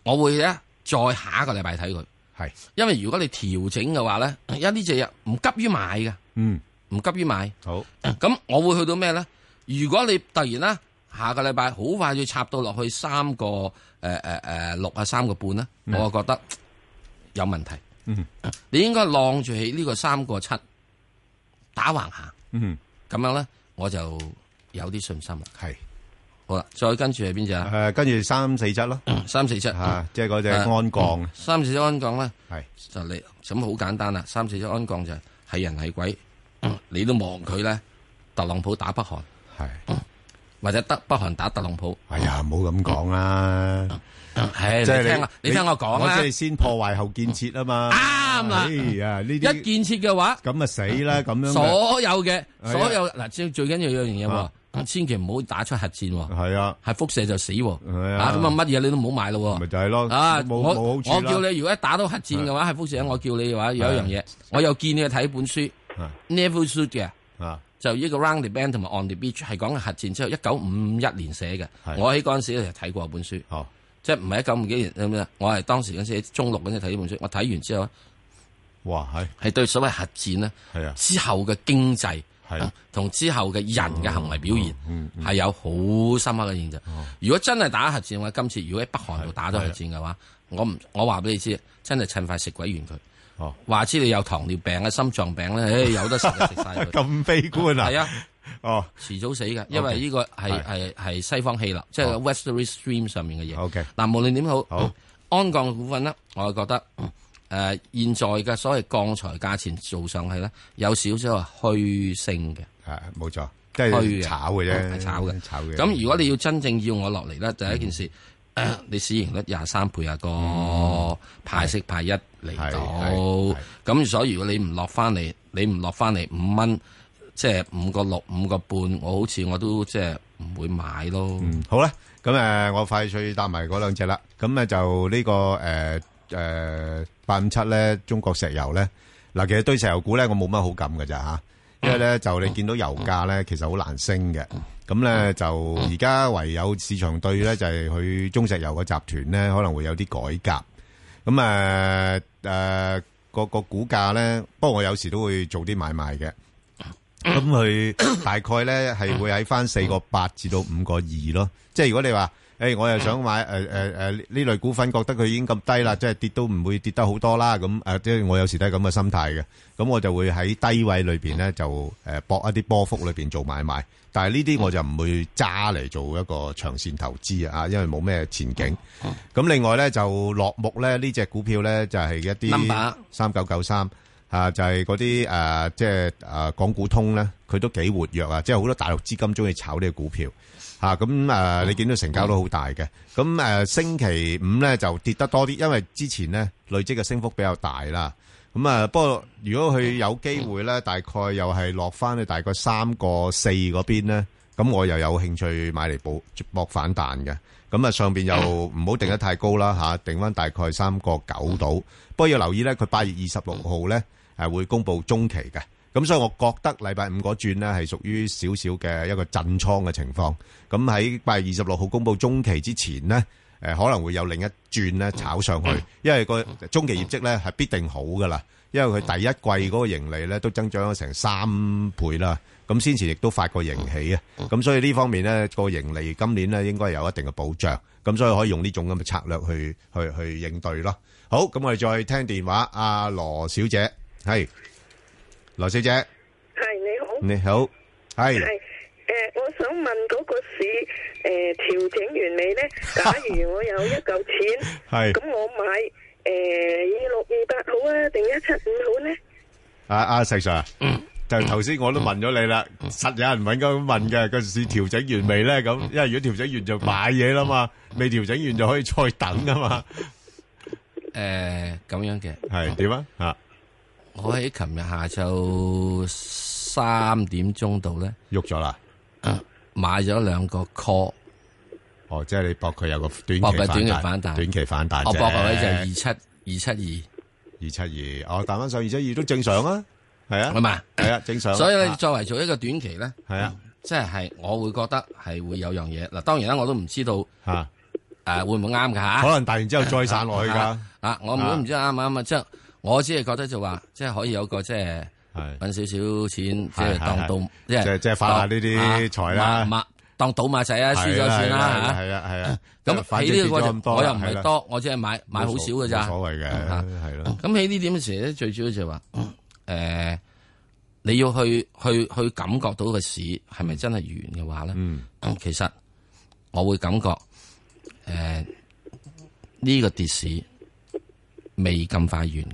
D: 我會咧再下一個禮拜睇佢，
C: 係，
D: 因為如果你調整嘅話咧，因為呢只嘢唔急於買嘅，
C: 嗯，
D: 唔急於買。
C: 好，
D: 咁我會去到咩咧？如果你突然啦，下個禮拜好快要插到落去三個誒誒誒六啊三個半咧，我就覺得有問題。
C: 嗯，
D: 你應該晾住喺呢個三個七打橫行，
C: 嗯，
D: 咁樣咧我就有啲信心啦。
C: 係，
D: 好啦，再跟住係邊只啊？嗯
C: 誒，跟住三四七咯，
D: 三四七，
C: 嚇，即係嗰只
D: 誒
C: 安鋼
D: 三四七安講啦。
C: 係，
D: 就你咁好簡單啦，三四隻安降就係係人係鬼，你都望佢咧。特朗普打北韓，
C: 係，
D: 或者得北韓打特朗普，
C: 哎呀，唔好咁講啦。
D: 係
C: 啊即係
D: 你聽我，你聽我講啊
C: 我
D: 啦
C: 即，係先破壞後建設啊嘛。
D: 啱啦
C: 哎呀，呢
D: 一
C: 啲
D: 建設嘅話，
C: 咁啊死
D: *laughs*
C: 啦，咁樣嘅
D: 所有
C: 係
D: 嘅
C: 啊
D: 所有嗱，最最緊要有樣嘢
C: 啊
D: 喎，千祈唔好打出核戰喎，
C: 係啊，
D: 係輻射就死喎，
C: 係啊
D: 啊咁啊乜嘢你都唔好買咯
C: 咪
D: 喎。
C: 就係咯，
D: 啊！
C: 冇
D: 我
C: 冇好
D: 我
C: 處啦。
D: 叫你，如果一打到核戰嘅話，係輻射，我叫你嘅話有一樣嘢，我又見你睇本書
C: 啊
D: Never Shoot 嘅。
C: 啊，
D: 就呢個 Round the Band 同埋 On the Beach 係講緊核戰之後，一九五一年寫嘅。
C: 係
D: 我喺嗰陣時就睇過本書，
C: 哦，
D: 即係唔係一九五幾年咁樣。我係當時嗰陣時喺中六嗰陣時睇呢本書，我睇完之後咧，
C: 哇，係
D: 係對所謂核戰咧
C: 係啊，
D: 之後嘅經濟啊
C: 係
D: 同之後嘅人嘅行為表現係有好深刻嘅印象。如果真係打核戰嘅話，今次如果喺北韓度打咗核戰嘅話，我唔我話俾你知，真係趁快食鬼完佢。
C: 哦，
D: 話知你有糖尿病啊、心臟病咧，唉有得食就食
C: *laughs*
D: 晒
C: *laughs*
D: 佢。
C: 咁悲觀啊。
D: 係啊。
C: 哦
D: 遲早死嘅，因為呢個係
C: 係
D: 係係西方氣流，即係
C: 好
D: Western Stream 上面嘅嘢。
C: ，OK，
D: 嗱，無論點好，
C: 好
D: 安鋼嘅股份呢，我係覺得誒、呃、現在嘅所謂鋼材價錢做上去咧，有少少係虛升嘅。
C: 係冇錯，即係
D: 虛嘅哦
C: 炒嘅啫，
D: 係炒嘅
C: 炒嘅。嗯
D: 咁如果你要真正要我落嚟咧，第一件事，呃你市盈率廿三倍啊個派息派一嚟
C: 係係
D: 到，咁所以如果你唔落翻嚟，你唔落翻嚟五蚊，即係五個六、五個半，我好似我都即係唔會買咯。
C: 嗯，好啦，咁诶，誒我快脆答埋嗰兩隻啦。咁咧就呢、個诶诶八五七咧，中國石油咧，嗱，其實對石油股咧，我冇乜好感嘅咋吓，因為咧就你見到油價咧，其實好難升嘅。咁咧就而家唯有市場對咧，就係佢中石油個集團咧，可能會有啲改革。咁诶诶個個股價咧，不過我有時都會做啲買賣嘅。咁佢大概咧係會喺翻四個八至到五個二咯。即係如果你話，诶、我又想買诶诶诶呢類股份，覺得佢已經咁低啦，即係跌都唔會跌得好多啦。咁诶、誒即係我有時都係咁嘅心態嘅。咁我就會喺低位裏边咧就诶搏、一啲波幅裏边做買賣。但係呢啲我就唔會揸嚟做一個長線投資啊，因為冇咩前景。咁另外咧就落木咧呢只股票咧就係一啲
D: Number
C: 三九九三啊，就係嗰啲誒，即係誒港股通咧，佢都幾活躍啊！即係好多大陸資金中意炒呢個股票嚇，咁、誒、你見到成交都好大嘅。咁誒、星期五咧就跌得多啲，因為之前咧累積嘅升幅比較大啦。咁啊，不過如果佢有機會咧，大概又係落翻去大概三個四嗰邊咧，咁我又有興趣買嚟補搏反彈嘅。咁啊，上邊又唔好定得太高啦嚇、定翻大概三個九到。不過要留意咧，佢八月二十六號咧係會公布中期嘅。咁所以我覺得禮拜五嗰轉咧係屬於少少嘅一個震倉嘅情況。咁喺八月二十六號公布中期之前咧。誒可能會有另一轉咧炒上去，因為個中期業績咧係必定好噶啦，因為佢第一季嗰個盈利咧都增長咗成三倍啦，咁先前亦都發過盈喜啊，咁所以呢方面咧個盈利今年咧應該有一定嘅保障，咁所以可以用呢種咁嘅策略去去去應對咯。好，咁我哋再聽電話，阿、羅小姐，係羅小姐，
F: 系你好，
C: 你好，係
F: 系诶、呃我想問嗰個市诶调、調整完未呢？
C: *laughs*
F: 假如我有一嚿錢，
C: 係
F: 咁我買诶二六二八好啊，定一七五好呢？
C: 啊啊石 Sir，就
D: 嗯
C: 頭先我都問咗你啦，實有人問咁問嘅個市調整完未咧？
D: 嗯
C: 咁因為如果調整完就買嘢啦嘛，未調整完就可以再等噶嘛，
D: 诶呃咁樣嘅，
C: 係點啊？啊，
D: 我喺琴日下晝三點鐘度咧
C: 喐咗啦，
D: 買咗兩個 call，
C: 哦，即係你搏佢有個短
D: 搏佢
C: 期
D: 短期反彈
C: 短期反彈
D: 我
C: 啫
D: 博嘅位就二七二七
C: 二七二，哦，彈翻上二七二都正常啊，係
D: 二，
C: 啊
D: 係，嘛？
C: 係啊，正常啊，
D: 所以你作為做一個短期咧，
C: 係啊，
D: 即係我會覺得係會有樣嘢嗱，當然啦，我都唔知道
C: 嚇，
D: 誒會唔會啱㗎
C: 啊可
D: 嚇。
C: 能彈完之後再散落去㗎，
D: 啊，我唔唔知啱唔啱啊，即係我只係覺得就話，即係可以有個即係
C: 係
D: 揾少少錢，即
C: 係
D: 係當
C: 係
D: 賭，即
C: 即係
D: 係
C: 即係發下呢啲財啦
D: 啊馬馬當賭馬仔啊，輸咗算啦嚇。
C: 係啊，係啊，
D: 咁
C: 反
D: 喺
C: 正跌
D: 呢
C: 咗
D: 個
C: 咁
D: 就
C: 多
D: 我
C: 啦
D: 又唔
C: 係啦
D: 係多，我只係買買好少嘅咋。
C: 冇所謂嘅，
D: 啊
C: 係咯。
D: 咁喺呢點嘅時咧，最主要就係話
C: 嗯
D: 誒，你要去去去感覺到個市係咪真係完嘅話咧？
C: 嗯
D: 其實我會感覺誒呢個跌市未咁快完嘅，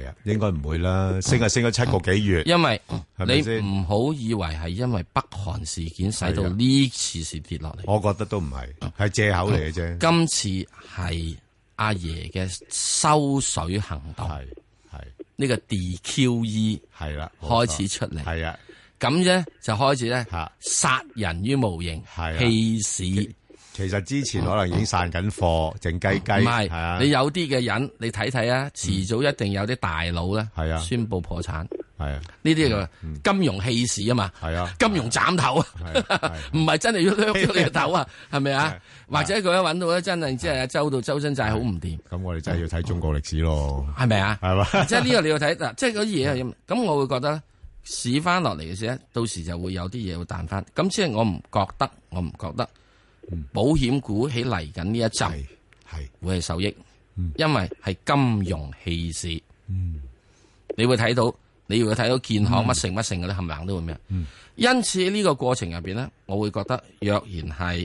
C: 系啊，应该唔會啦，升
D: 哦
C: 啊升咗七個幾月，
D: 因為
C: 係咪先
D: 你唔好以為係因為北韓事件使到
C: 係啊
D: 呢次事跌落嚟，
C: 我覺得都唔係，啊係借口嚟嘅啫，
D: 今次係阿爺嘅收水行動，
C: 係係
D: 呢個 DQE
C: 係啦，
D: 開始出嚟。
C: 系啊，
D: 咁咧就開始咧
C: 嚇
D: 殺人於無形
C: 係啊，
D: 棄市。
C: 其實之前可能已經散緊貨，靜雞雞，
D: 唔
C: 係
D: 係
C: 啊，嗯
D: 你有啲嘅人，你睇睇啊，遲早一定有啲大佬咧
C: 係啊，
D: 宣布破產。呢
C: 係啊，
D: 啲就金融棄市啊嘛，
C: 係啊
D: 金融斬頭啊
C: 係啊係啊，
D: *laughs* 唔係真係
C: *laughs*
D: 要掠咗你個頭啊，係咪啊？
C: 係
D: 或者佢一揾到咧，真係即係周到周身債好唔掂，
C: 咁我哋真係要睇中國歷史咯，
D: 係咪啊？
C: 係 *laughs* 嘛，
D: 即係呢個你要睇嗱，即係嗰啲嘢係咁。咁我會覺得咧，市翻落嚟嘅時咧，到時就會有啲嘢會彈翻。咁即係我唔覺得，我唔覺得保險股喺嚟緊呢一陣
C: 係係
D: 會係受益，因為係金融氣市。
C: 嗯
D: 你會睇到，你會睇到建行乜成乜成嗰啲冚唪唥都會咩？啊因此呢個過程入邊咧，我會覺得若然係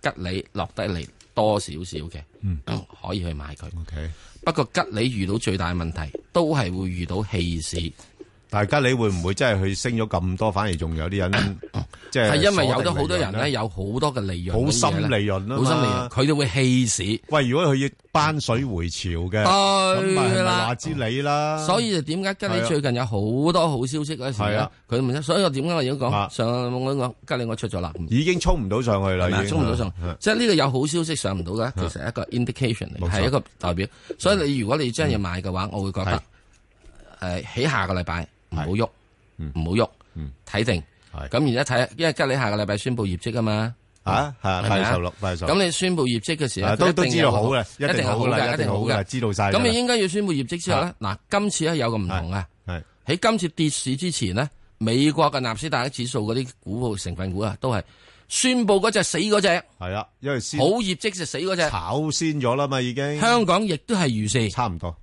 D: 吉利落低嚟多少少嘅， *coughs* 可以去買佢。
C: ，OK。
D: 不過吉利遇到最大問題，都係會遇到氣市，
C: 大家你會唔會真係佢升咗咁多，反而仲有啲
D: *coughs*
C: 人即係
D: 係因為有
C: 咗
D: 咗好多人咧，有好多嘅利潤，
C: 好深利潤啊嘛
D: 好深利潤，佢哋會氣市，
C: 喂，如果佢要班水回潮嘅，咁咪係
D: 哦對
C: 咪
D: 啦
C: 話之你啦，
D: 所以就點解吉
C: 係啊
D: 利最近有好多好消息嗰時
C: 係
D: 咧
C: 啊，
D: 佢咪所以我點解我要
C: 啊哎
D: 講上我講吉利我出咗啦，咁
C: 已經衝唔到上去啦，
D: 係咪
C: 已經
D: 衝唔到上
C: 係，
D: 即係呢個有好消息上唔到嘅，其實係一個 indication
C: 啊冇錯嗯
D: 嚟，係一個代表。所以你如果你真係要買嘅話，我會覺
C: 係
D: 得誒喺下個禮拜唔好
C: 係
D: 喐，唔好喐
C: 嗯，
D: 睇定。
C: 係
D: 咁而家睇，因為吉利下個禮拜宣布業績啊嘛。
C: Đúng rồi, đúng rồi Vậy thì, nếu như vậy, thì chúng ta sẽ có thể tìm ra những cái lợi ích 啊，係，8月16，8月16
D: 係咪啊？咁你宣布業績嘅時候，
C: 啊都
D: 佢一定
C: 都知道好啦
D: 有個
C: 一
D: 一
C: 定
D: 定
C: 好
D: 好
C: 啦
D: 嘅，
C: 一
D: 一
C: 定
D: 定
C: 好
D: 好
C: 啦
D: 嘅，
C: 知道晒㗎啦啊
D: 咁你應該要宣布業績之後咧，嗱，今次咧有個唔同啊，
C: 係
D: 喺今次跌市之前呢，美國嘅納斯達克指數嗰啲股票成分股啊，都係宣布嗰只死嗰只，
C: 係啦，因為先
D: 好業績就死嗰只。
C: 炒先咗啦嘛，已經
D: 香港亦都係如是，
C: 差唔多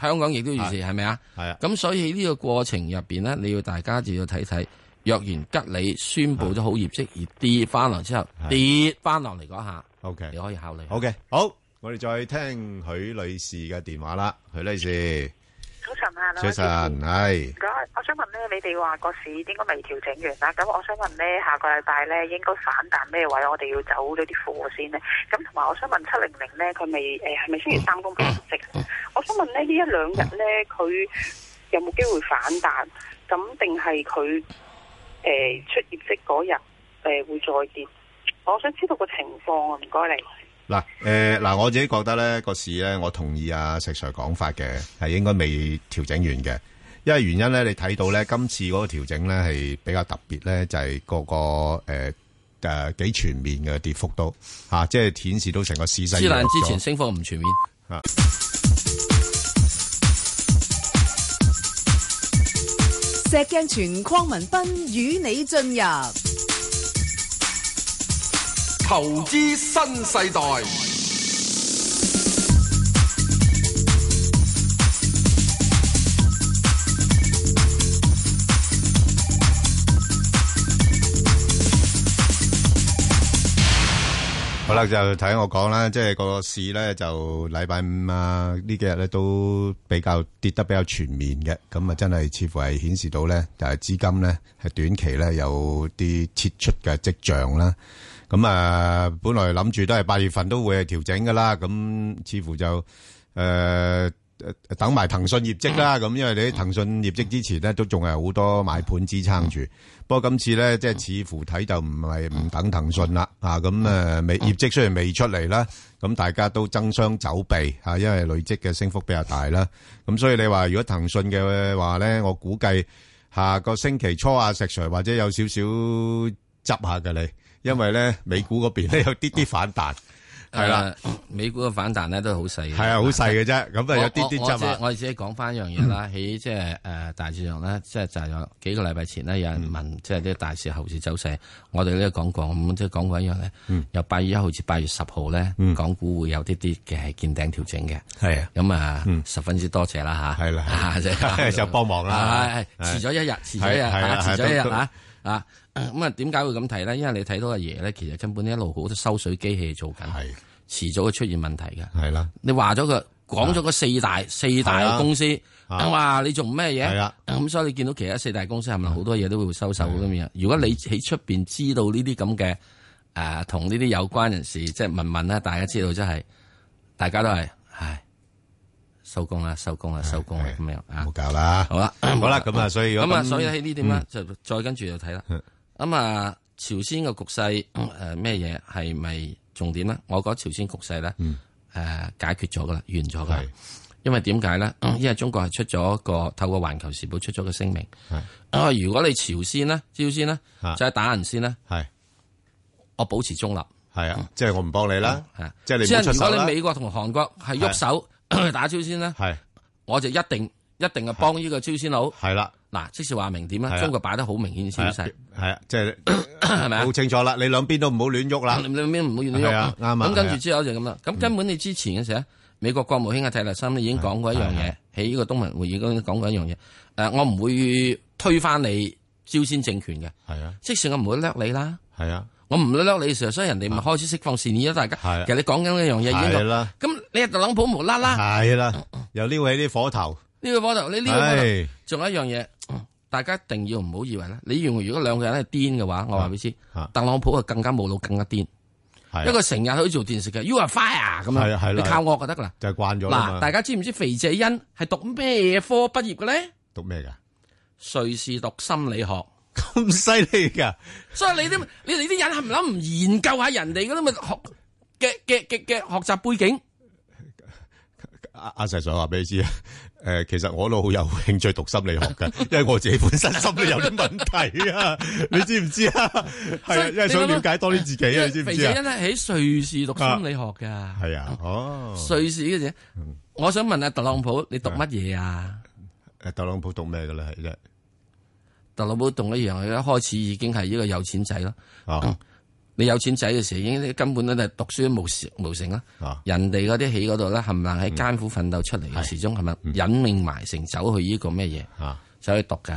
D: 香港亦都如是，係咪啊？
C: 係啊，
D: 咁所以喺呢個過程入邊呢，你要大家就要睇睇，若然吉利宣布咗好業績而跌翻落之後，
C: 係
D: 跌翻落嚟嗰下，
C: ，OK，
D: 你可以考慮。
C: 好嘅，好，我哋再聽許女士嘅電話啦，許女士，
G: 早晨啊，兩
C: 早
G: 位
C: 晨，係
G: 主持。我我想問咧，你哋話個市應該未調整完啦，咁我想問咧，下個禮拜咧應該反彈咩位？我哋要走咗啲貨先咧。咁同埋我想問七零零咧，佢未誒係咪星期三公布業績？
C: 嗯
G: 我想問咧，呢一兩日咧，佢有冇機會反彈？咁定係佢誒出業績嗰日誒會再跌？我想知道個情況啊，唔該你。
C: 嗱，誒，嗱，我自己覺得咧個市咧，我同意阿石 Sir 講法嘅，係應該未調整完嘅，因為原因咧，你睇到咧今次嗰個調整咧係比較特別咧，就係個個誒誒幾全面嘅跌幅都嚇，即係顯示到成個市勢
D: 之
C: 弱
D: 但之
C: 咗
D: 前升幅唔全面，
A: 石鏡泉邝文斌與你進入
B: 投資新世代，
C: 好啦，就睇我講啦，即係個市咧就禮拜五啊呢幾日咧都比較跌得比較全面嘅，咁啊真係似乎係顯示到咧就係資金咧係短期咧有啲撤出嘅跡象啦。咁啊，本來諗住都係八月份都會係調整噶啦，咁似乎就誒、呃呃等埋騰訊業績
D: 嗯
C: 啦。咁因為你喺騰訊業績之前咧，都仲係好多買盤支撐
D: 嗯
C: 住。不過今次咧，即係似乎睇就唔係唔等騰訊啦，啊咁誒
D: 嗯
C: 未業績雖然未出嚟啦，咁大家都爭相走避嚇、啊因為累積嘅升幅比較大啦。咁所以你話如果騰訊嘅話咧，我估計下個星期初啊，石 Sir 或者有少少執下嘅你，因為咧美股嗰邊咧有啲啲反彈，
D: 嗯
C: 係啦，
D: 誒，呃美股嘅反彈咧都係好細嘅，
C: 係啊，好細嘅啫，咁
D: 我。
C: 啊嗯有啲啲
D: 我我
C: 執
D: 只
C: 下，
D: 我只係講翻一樣嘢啦，喺即係誒大市上咧，即係就係有幾個禮拜前咧，有人問
C: 嗯
D: 即係啲大市後市走勢，我哋咧講過，咁即係講過一樣咧，由八月一號至八月十號咧
C: 嗯，
D: 港股會有啲啲嘅係見頂調整嘅。
C: 係啊，
D: 咁啊
C: 嗯，
D: 十分之多謝啦吓，
C: 係啦係啦
D: *laughs* 啊即
C: *laughs*
D: 啊
C: 就幫忙
D: *laughs*
C: 啦
D: 係係遲咗一日，遲咗一日
C: 係係啦
D: 啊，遲咗一日
C: 都都
D: 啊啊！咁啊，點解會咁睇咧？因為你睇到阿爺咧，其實根本一路好多收水機器做緊，
C: 係
D: 遲早會出現問題嘅。
C: 係啦，
D: 你話咗佢，講咗個四大四
C: 係啊
D: 大公司，
C: 啊
D: 哇！你做咩嘢？
C: 係啊啊
D: 咁所以你見到其他四大公司係咪好多嘢都會收手咁樣？如果你喺出邊知道呢啲咁嘅誒，同呢啲有關人士即係問問啦，大家知道真係，大家都係唉，收工啦，收工啦，收工啦
C: 係
D: 咁樣啊
C: 冇，搞啦，
D: 好啦，
C: 好啦，咁啊，嗯所以如
D: 咁
C: 果
D: 啊，所以喺呢點咧，就再跟住就睇啦。咁啊，朝鮮嘅局勢誒咩嘢係咪重點咧？我覺得朝鮮局勢咧誒解決咗噶啦，完咗噶啦
C: 嗯係。
D: 因為點解咧？因為中國係出咗個透過《環球時報》出咗個聲明
C: 係，
D: 啊，如果你朝鮮咧、朝鮮咧，
C: 啊
D: 就係打人先咧，
C: 係
D: 我保持中立。
C: 係啊，即係我唔幫你啦，
D: 啊
C: 即係你唔
D: 嗯即
C: 好出
D: 係
C: 手
D: 如果
C: 啦
D: 你美國同韓國係喐手 *clears throat* 打朝鮮咧，
C: 係
D: 我就一定一定係幫呢個朝鮮佬。
C: 係啦，
D: 嗱，即是話明點
C: 係啊
D: 咧？中國擺得好明顯
C: 係
D: 先勢
C: 啊，係啊，即係
D: *coughs* 係咪啊嗯
C: 好？清楚啦，你兩邊都唔好亂喐啦，
D: 你你咩唔好亂
C: 係
D: 喐
C: 啊啱啊
D: 咁
C: 係
D: 跟
C: 啊
D: 住之後就咁啦。咁根本你之前嘅時候，美國國務卿嘅蒂勒森已經講過一樣
C: 係
D: 嘢，喺呢個東盟會議嗰度講過一樣嘢。誒，我唔會推翻你朝鮮政權嘅，
C: 係啊，
D: 即使我唔會掠你啦，
C: 係啊，
D: 我唔掠你嘅時候，所以人哋咪開始釋放善意咯。大家
C: 係啊
D: 其實你講緊一樣嘢已
C: 係
D: 經
C: 啦，
D: 咁，你係特朗普無啦啦
C: 係
D: 嗯
C: 啦，又撩起啲火頭，
D: 呢個波頭，你呢個波頭，
C: 係
D: 仲有一樣嘢，大家一定要唔好以為咧。你認為如果兩個人係癲嘅話，我話俾你知
C: 啊，
D: 特朗普係更加冇腦，更加癲。
C: 係啊
D: 一個成日去做電視劇，You are fire 咁
C: 係啊係啦
D: 樣，你靠我就得噶啦。
C: 就係慣咗啦嘛
D: 嗱，大家知唔知肥姐欣係讀咩科畢業嘅咧？
C: 讀咩噶？
D: 瑞士讀心理學，
C: 咁犀利噶？
D: 所以你啲你哋啲人係唔諗唔研究下人哋嗰啲咪學嘅嘅嘅嘅學習背景？
C: 阿阿石 Sir 話俾你知啊， *laughs* 诶，其實我都好有興趣讀心理學嘅， *laughs* 因為我自己本身心理有啲問題啊， *laughs* 你知唔知
D: *laughs*
C: 啊？係啊，因為想了解多啲自己啊，你知唔
D: 肥
C: 知
D: 仔
C: 啊？
D: 欣咧喺瑞士讀心理學㗎，
C: 係嗯啊，哦，
D: 瑞士嘅啫。我想問下特朗普，你讀乜嘢啊？
C: 诶，特朗普讀咩嘅咧？係啫，
D: 特朗普同一樣，佢一開始已經係一個有錢仔咯。嗯
C: 啊
D: 你有錢仔嘅時候，已經根本咧就係讀書都無成無成啦。
C: 啊，
D: 人哋嗰啲起嗰度咧，冚唪唥喺艱苦奮鬥出嚟嘅，始終係咪
C: 嗯
D: 隱命埋成走去呢個咩嘢，
C: 啊，
D: 走去讀
C: *laughs*
D: 㗎。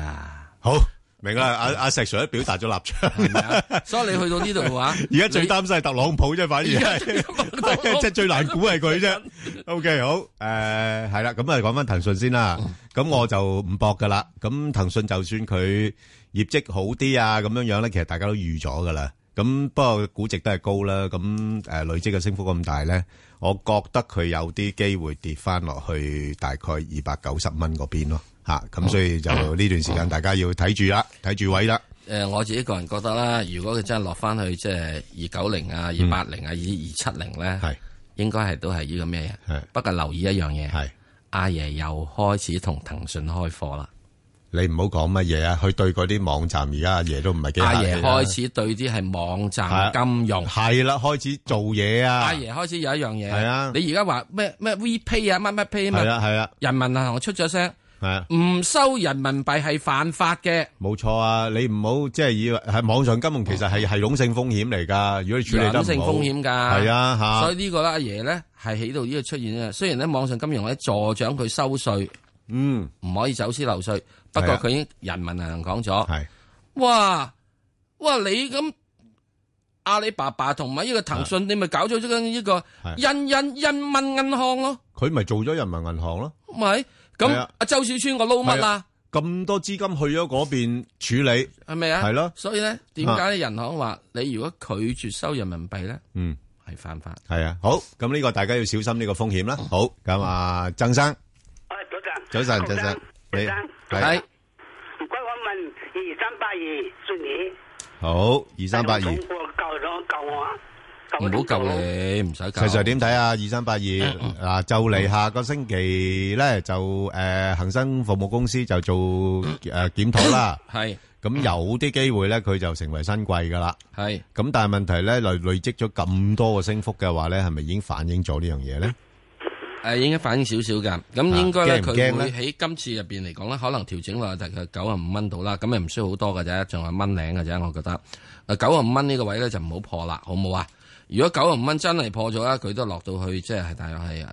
C: 好明啦，阿阿石 Sir 都表達咗立場。
D: 係咪啊所以你去到呢度嘅話，
C: 而家最擔心係特朗普啫，反而係
D: 而家最擔心係特朗
C: *laughs*
D: 普
C: 即係最難估係佢啫。OK，好，诶，系啦，咁啊，講翻騰訊先啦。咁我就唔搏噶啦。咁騰訊就算佢業績好啲啊，咁樣樣咧，其實大家都預咗噶啦。咁不過估值都係高啦。咁诶，累積嘅升幅咁大咧，我覺得佢有啲機會跌翻落去大概二百九十蚊嗰邊咯。吓，咁所以就呢段時間大家要睇住啦，睇住位啦。
D: *laughs* 誒、呃我自己個人覺得啦，如果佢真係落翻去即係二九零啊、二八零啊、二二七零咧
C: 嗯係，
D: 應該係都係呢個咩
C: 係
D: 嘢？不過留意一樣嘢，
C: 係。
D: 阿爺又開始同騰訊開貨啦。
C: 你唔好講乜嘢啊！佢對嗰啲網站而家阿爺都唔係幾
D: 阿
C: 客氣
D: 爺
C: 啊
D: 開始對啲係網站
C: 係啊
D: 金融。
C: 係啦，開始做嘢啊！
D: 阿爺開始有一樣嘢，
C: 係啊
D: 你而家話咩咩 VPay 啊，乜乜 Pay
C: 係
D: 啊嘛，
C: 啦，係啦，
D: 人民銀行出咗聲，
C: 係啊，
D: 唔收人民幣係犯法嘅。
C: 冇錯啊！你唔好即係以為係網上金融其實係系統性風險嚟㗎。如果你處理得唔好，
D: 隱性風險㗎，
C: 係啊吓，嚇
D: 所以呢個咧，阿爺咧係喺度呢度出現啊。雖然咧網上金融咧助長佢收税，
C: 嗯
D: 唔可以走私漏税，不過佢已經人民銀行講咗，
C: 啊係
D: 哇哇你咁阿里巴巴同埋呢個騰訊，你咪搞咗呢個呢個
C: 係
D: 印印印民銀行咯，
C: 佢咪做咗人民銀行咯？
D: 咪
C: 係
D: 咁
C: 啊
D: 阿周小川我撈乜啊？
C: 咁多資金去咗嗰邊處理，
D: 係咪啊？
C: 係咯
D: 所以咧點解咧人行話你如果拒絕收人民幣咧
C: 嗯，
D: 係犯法？
C: 係啊，好，咁呢個大家要小心呢個風險啦。好，咁啊，曾生，
H: 啊，早晨，
C: 早晨，曾生，你
H: 先生，
C: 係
D: 係
H: 唔該，我問二三八二信義，
C: 好二三八二，
H: 有冇
C: 實
H: 通過救咗救我啊，
D: 唔
H: 救
D: 好救
H: 我
D: 你，唔使救。
C: 在點睇啊？二三八二嗱，就嚟下個星期咧，就诶恒生服務公司就做诶检讨啦。
D: 係
C: 咁有啲機會咧，佢就成為新貴噶啦。
D: 係。
C: 咁但係問題咧，累累積咗咁多個升幅嘅話咧，係咪已經反映咗呢樣嘢咧？
D: 誒應該反映少少㗎，咁應該
C: 啊驚
D: 咧
C: 唔
D: 佢
C: 驚
D: 會喺今次入邊嚟講咧，可能調整落大概九啊五蚊度啦，咁又唔需要好多㗎啫，仲係蚊零㗎啫，我覺得。誒九啊五蚊呢個位咧就唔好破啦，好唔好啊？如果九啊五蚊真係破咗啦，佢都落到去即係大約係誒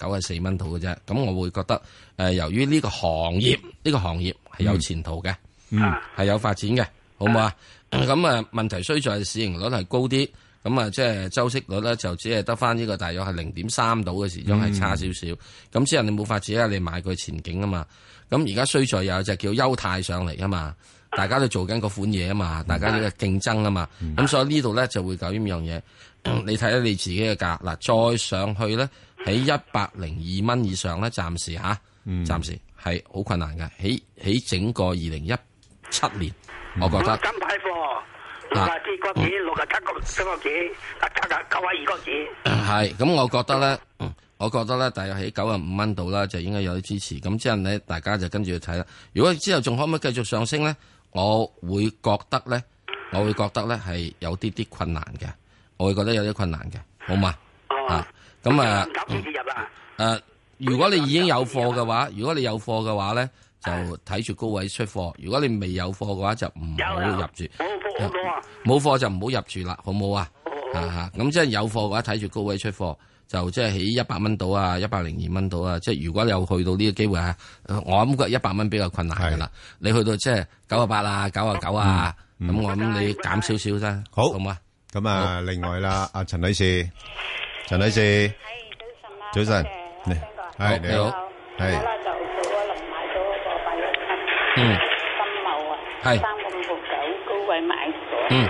D: 九啊四蚊度嘅啫，咁我會覺得誒、由於呢個行業呢、個行業係有前途嘅，係、有發展嘅，好唔好啊？咁啊問題雖在市盈率係高啲。咁啊，即係周息率咧，就只係得翻呢個大約係零點三度嘅時鐘係差少少。咁之後你冇法子啊，你買佢前景啊嘛。咁而家衰在有隻叫優泰上嚟啊嘛，大家都做緊嗰款嘢啊嘛，大家呢個競爭啊嘛。咁、所以呢度咧就會搞呢樣嘢。 *clears throat* 你睇下你自己嘅價嗱，再上去咧喺一百零二蚊以上咧，暫時嚇，暫時係好困難嘅。喺喺整個二零一七年，我覺
H: 我
D: 得。
H: 金牌貨六啊四個幾，六啊七個七個幾，啊七啊九啊二個幾，
D: *clears throat* 系，咁我覺得咧，我覺得咧，大約喺九啊五蚊度啦，就應該有啲支持。咁之後咧，大家就跟住去睇啦。如果之後仲可唔可以繼續上升咧，我會覺得咧，我會覺得咧係有啲啲困難嘅，我會覺得有啲困難嘅，好嘛？
H: 哦
D: 啊，咁啊
H: 唔，搞股入啦，
D: 誒、如果你已經有貨嘅話，如果你有貨嘅話咧，就睇住高位出貨；如果你未有貨嘅話，就唔
H: 有
D: 好
H: 有，
D: 入住。
H: 好好好多啊，
D: 冇貨就唔好入住啦，好冇啊？
H: 好好
D: 啊咁即係有貨嘅話，睇住高位出貨，就即係喺一百蚊到啊，一百零二蚊到啊。即係如果有去到呢個機會啊，呃我諗一百蚊比較困難㗎啦。你去到即係九啊八啊，九啊九啊，咁我諗你減少少啫。
C: 嗯好
D: 好嘛？
C: 咁啊，另外啦，阿陳女士，陳女士，早晨，你係
D: 你好
C: 係
D: 嗯
I: 金茂啊，
D: 係
I: 三個五毫九高位買咗，
D: 嗯，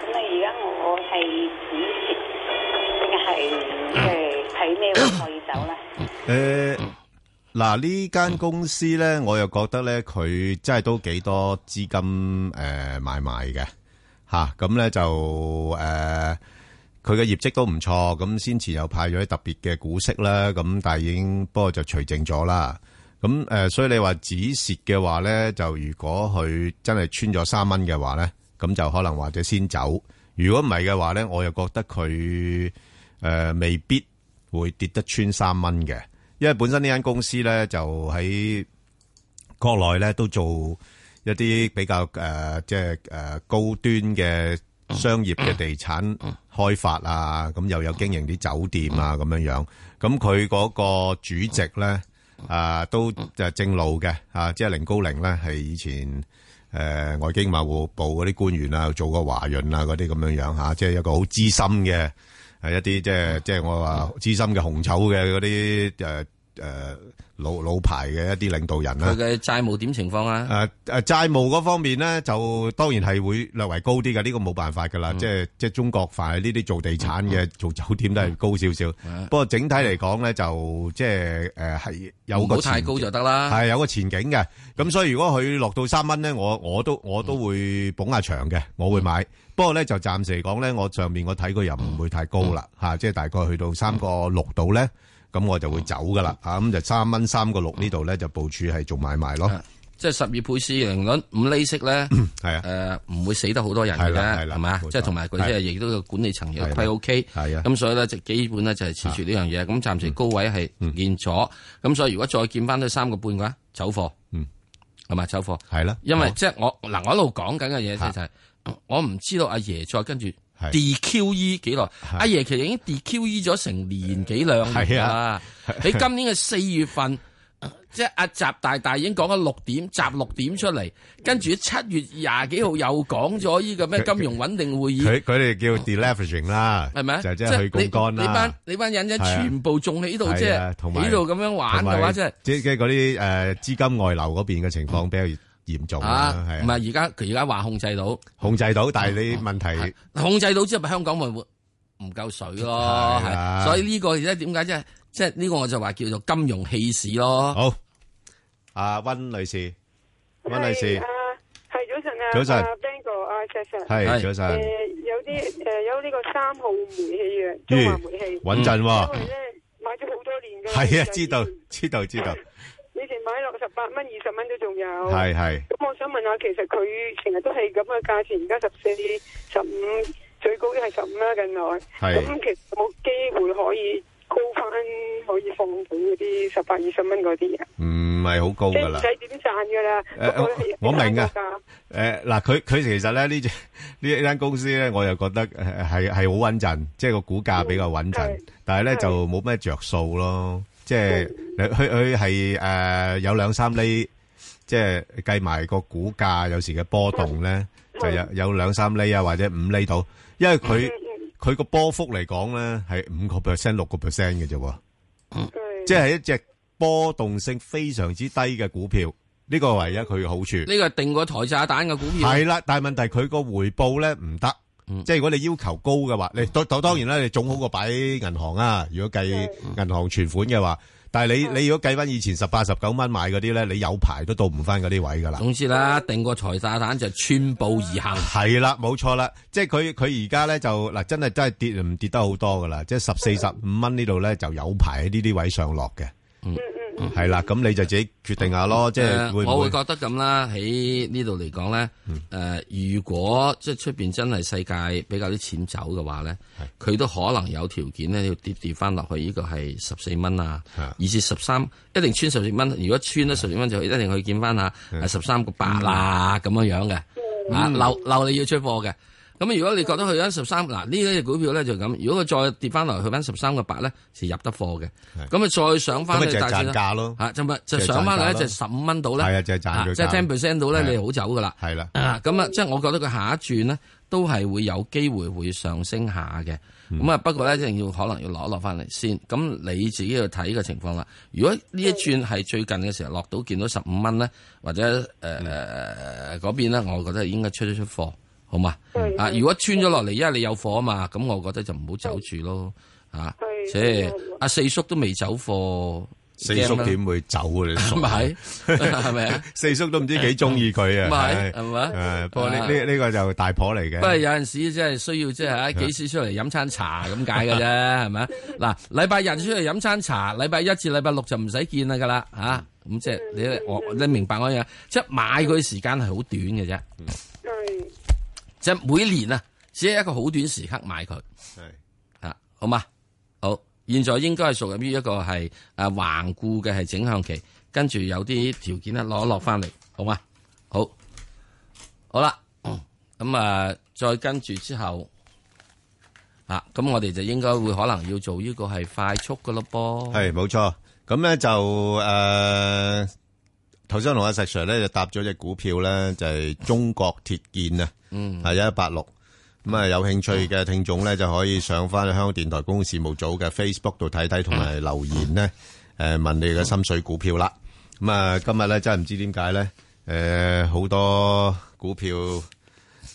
I: 咁啊而家我係止蝕，定係即係睇咩位可以走咧？
C: 诶，嗱呢間公司咧，我又覺得咧，佢真係都幾多資呃金诶、誒買賣嘅吓，咁、咧就诶、誒呃佢嘅業績都唔錯，咁先前又派咗啲特別嘅股息啦，咁但係已經不過就除淨咗啦。咁誒、呃所以你話止蝕嘅話咧，就如果佢真係穿咗三蚊嘅話咧，咁就可能或者先走。如果唔係嘅話咧，我又覺得佢誒、呃未必會跌得穿三蚊嘅，因為本身呢間公司咧就喺國內咧都做一啲比較誒、呃即係誒、呃高端嘅商業嘅地產開發啊，咁又有經營啲酒店啊咁樣樣。咁佢嗰個主席咧啊，都就正路嘅啊，即係凌高寧咧係以前誒、呃外經貿部嗰啲官員啊，做過華潤啊嗰啲咁樣樣嚇、即係一個好資深嘅。係一啲即係即係我話資深嘅紅籌嘅嗰啲誒誒老老牌嘅一啲領導人啦
D: 嗯佢。嘅債務點情況啊？
C: 誒誒債務嗰方面咧，就當然係會略為高啲嘅，呢、個冇辦法噶啦。
D: 嗯
C: 即係即係中國凡係呢啲做地產嘅、做酒店都係高少少。
D: 嗯
C: 不過整體嚟講咧，就即係誒係有
D: 唔
C: 個
D: 好太
C: 前
D: 高就得啦。
C: 係有個前景嘅。咁所以如果佢落到三蚊咧，我我都我
D: 嗯
C: 都會捧下場嘅，我會買。不過咧就暫時嚟講咧，我上面我睇佢又唔會太高啦
D: 嗯
C: 嚇，即係大概去到三個六度咧，咁我就
D: 嗯
C: 會走噶啦嚇。咁就三蚊三個六呢度咧就部署係做買賣咯。
D: 啊即係十二倍市盈率五厘息
C: *coughs*
D: 咧，
C: 係啊。
D: 誒唔會死得好多人
C: 係
D: 嘅，
C: 啦係啦
D: 係嘛
C: 冇？錯
D: 即係同埋佢即係亦都個管理層又批 OK，
C: 係啊
D: 咁所以咧就基本咧就係持住呢樣嘢。咁暫時高位係
C: 嗯
D: 唔見咗，咁所以如果再見翻到三個半嘅話，走貨，
C: 嗯，
D: 係咪走貨？
C: 係啦，
D: 因為即係我嗱，我一路講緊嘅嘢就係
C: 嗯
D: 我唔知道阿爺再跟住 DQE 幾耐，阿爺其實已經 DQE 咗成年幾兩年
C: 係
D: 㗎
C: 啊
D: 啦。 *laughs* 你今年嘅四月份。即係阿習大大已經講咗六點，習六點出嚟，跟住七月廿幾號又講咗呢個咩金融穩定會議，
C: 佢佢哋叫 deleveraging 啦，
D: 係咪啊？
C: 就即係
D: 係
C: 去
D: 你
C: 杠杆
D: 你班
C: 啦，
D: 你班人仔
C: 係啊
D: 全部仲喺度，
C: 係啊
D: 即係
C: 同埋
D: 喺度咁樣玩嘅話，即係
C: 即即係嗰啲诶资金外流嗰邊嘅情況比較嚴重啦，
D: 啊，唔
C: 係啊
D: 係而家佢而家話控制到。
C: 控制到，但係你問題
D: 控制到之後，咪香港咪會唔夠水咯，
C: 係啊
D: 係所以呢個而家點解即係即係呢個我就話叫做金融棄市咯。
C: 好。阿温女士，温女士
J: 係，啊係早晨啊，
C: 早晨
J: 啊，Bang 哥啊，Sir Sir，
C: 係
D: 係
C: 早晨，
J: 誒有啲誒有呢個三號煤氣啊，中華煤氣，
C: 穩陣
J: 因為
C: 喎，
J: 咧買咗好多年㗎啦，
C: 啊係啊，
J: 就
C: 知道知道知道，
J: 以前買落十八蚊、二十蚊都仲有，
C: 係係
J: 咁我想問下，其實佢成日都係咁嘅價錢，而家十四、十五，最高都係十五啦，近來，
C: 係
J: 咁其實有冇機會可以高翻，可以放到嗰啲十八、二十蚊嗰啲啊？
C: 唔係好高
J: 即
C: 㗎
J: 係唔
C: 啦。
J: 使點賺㗎
C: 誒
J: 啦，嗰個係
C: 我我明啊
J: 價格
C: 誒嗱，佢佢其實咧呢只 *laughs* 呢一間公司咧，我又覺得誒係係好穩陣，即係個股價比較穩陣
J: 嗯係，
C: 但係咧
J: 係
C: 就冇咩着數咯。即係佢佢佢係誒有兩三厘，即係計埋個股價有時嘅波動咧，就有有兩三厘啊，或者五厘到，因為佢
J: 嗯
C: 佢個波幅嚟講咧係五個 percent 六個 percent 嘅啫喎。
J: 係
C: 即係一隻波動性非常之低嘅股票，呢個唯一佢嘅好處。
D: 呢個係定過台炸彈嘅股票，
C: 系啦，但系问题佢個回報咧唔得，
D: 啊嗯
C: 即係如果你要求高嘅話，你當當當然啦，你總好過擺銀行啊。如果計銀行存款嘅話，但係你你如果計翻以前十八十九蚊買嗰啲咧，你有排都到唔翻嗰啲位㗎啦。
D: 總之啦，定過台炸彈就寸步而行。
C: 係啦，冇錯啦，即係佢佢而家咧就嗱，真係真係跌唔跌得好多㗎啦，即係十四十五蚊呢度咧就有排喺呢啲位上落嘅。嗯係啦，咁你就自己決定下咯，即係
D: 誒
C: 會嗯
D: 啊我
C: 唔會
D: 會覺得咁啦，喺呢度嚟講咧，誒，如果即係出邊真係世界比較啲錢走嘅話咧，佢都可能有條件咧要跌跌翻落去，呢個係十四蚊啊
C: 係，
D: 以至十三一定穿十四蚊。如果穿咗十四蚊就一定去見翻下
C: 嗯
D: 十三個八啦咁樣樣嘅，啊，漏漏你要出貨嘅。咁如果你覺得去緊十三，嗱呢一隻股票咧就咁，如果佢再跌翻落去去翻十三個八咧，是入得貨嘅。咁啊再上翻
C: 咁咪
D: 去
C: 就係
D: 大致
C: 賺
D: 啦
C: 價咯？
D: 啊，就咪就上翻嚟咧，就十五蚊到咧，
C: 係啊就係賺佢
D: 啊即係
C: 賺
D: ten percent 到
C: 係啊
D: 咧，你好走噶啦。
C: 係啦，
D: 啊，咁啊，即係我覺得佢下一轉咧，都係會有機會會上升下嘅。
C: 嗯
D: 咁啊，不過咧，一定要可能要攞一落翻嚟先。咁你自己去睇嘅情況啦。如果呢一轉係最近嘅時候落到見到十五蚊咧，或者誒
C: 嗯
D: 誒嗰邊咧，我覺得應該出一出貨，好嘛？
J: 係
D: 啊，如果穿咗落嚟，因為你有貨啊嘛，咁我覺得就唔好走住咯。啊，
J: 係
D: 即係阿四叔都未走貨。
C: 四叔
D: 驚啦
C: 點會走啊？
D: *laughs*
C: 你傻 *laughs*
D: 咪係咪啊？
C: 四叔都唔知幾中意佢啊，
D: 咪
C: 係
D: 係咪
C: 誒不過呢呢呢個就大婆嚟嘅，
D: 不過有陣時真係需要即係啊幾時出嚟飲餐茶咁解嘅啫，係咪？啊嗱，禮拜日出嚟飲餐茶，禮拜一至禮拜六就唔使見啦噶啦嚇。咁即係你我你明白我嘢，即係買佢時間係好短嘅啫，即係每年啊，只係一個好短時刻買佢。啊，好嘛？好，現在應該係屬於一個係诶橫固嘅係整向期，跟住有啲條件咧攞一落翻嚟，好嘛？好，好啦， *clears throat* 咁、啊，再跟住之後啊，咁我哋就應該會可能要做呢個係快速噶咯噃。
C: 係冇錯。咁咧就誒，頭先我同阿石 Sir 咧就搭咗只股票咧，就係中國鐵建啊，
D: 嗯
C: 係一八六。咁啊，有興趣嘅聽眾咧就可以上翻去香港電台公共事務組嘅 Facebook 度睇睇，同埋留言咧誒問你嘅心水股票啦。咁啊，今日咧真係唔知點解咧誒好多股票。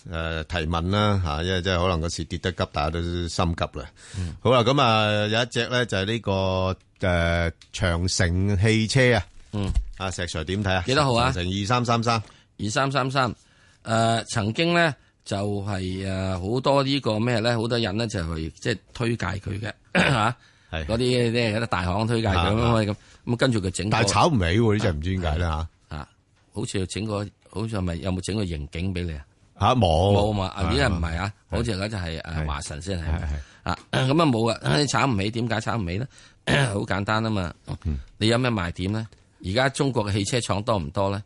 C: 誒、提問啦嚇、因為即係可能個市跌得急，大家都心急啦。
D: 嗯
C: 好啦，咁啊有一隻咧就係呢、個誒、長城汽車啊。
D: 嗯，
C: 阿石 Sir 點睇啊？
D: 幾多號啊
C: 長城二三三三，
D: 二三三三，誒曾經咧就係誒好多呢個咩咧，好多人咧就係即係推介佢嘅 *clears throat* 嚇，
C: 係
D: 嗰啲咧有啲大行推介佢咁咁，咁跟住佢整個，
C: 但係啊炒唔起喎，呢隻唔知點解啦
D: 啊，好似整個，好似係咪有冇整個刑警俾你啊？
C: 嚇嚇冇
D: 冇啊嘛，啊呢個唔係
C: 啊
D: 啊，好似而家就係誒華晨先係
C: 係
D: 啊， *coughs* 咁啊冇啊，你炒唔起，點解炒唔起咧？ *coughs* 好簡單啊嘛，你有咩賣點咧？而家中國嘅汽車廠多唔多咧？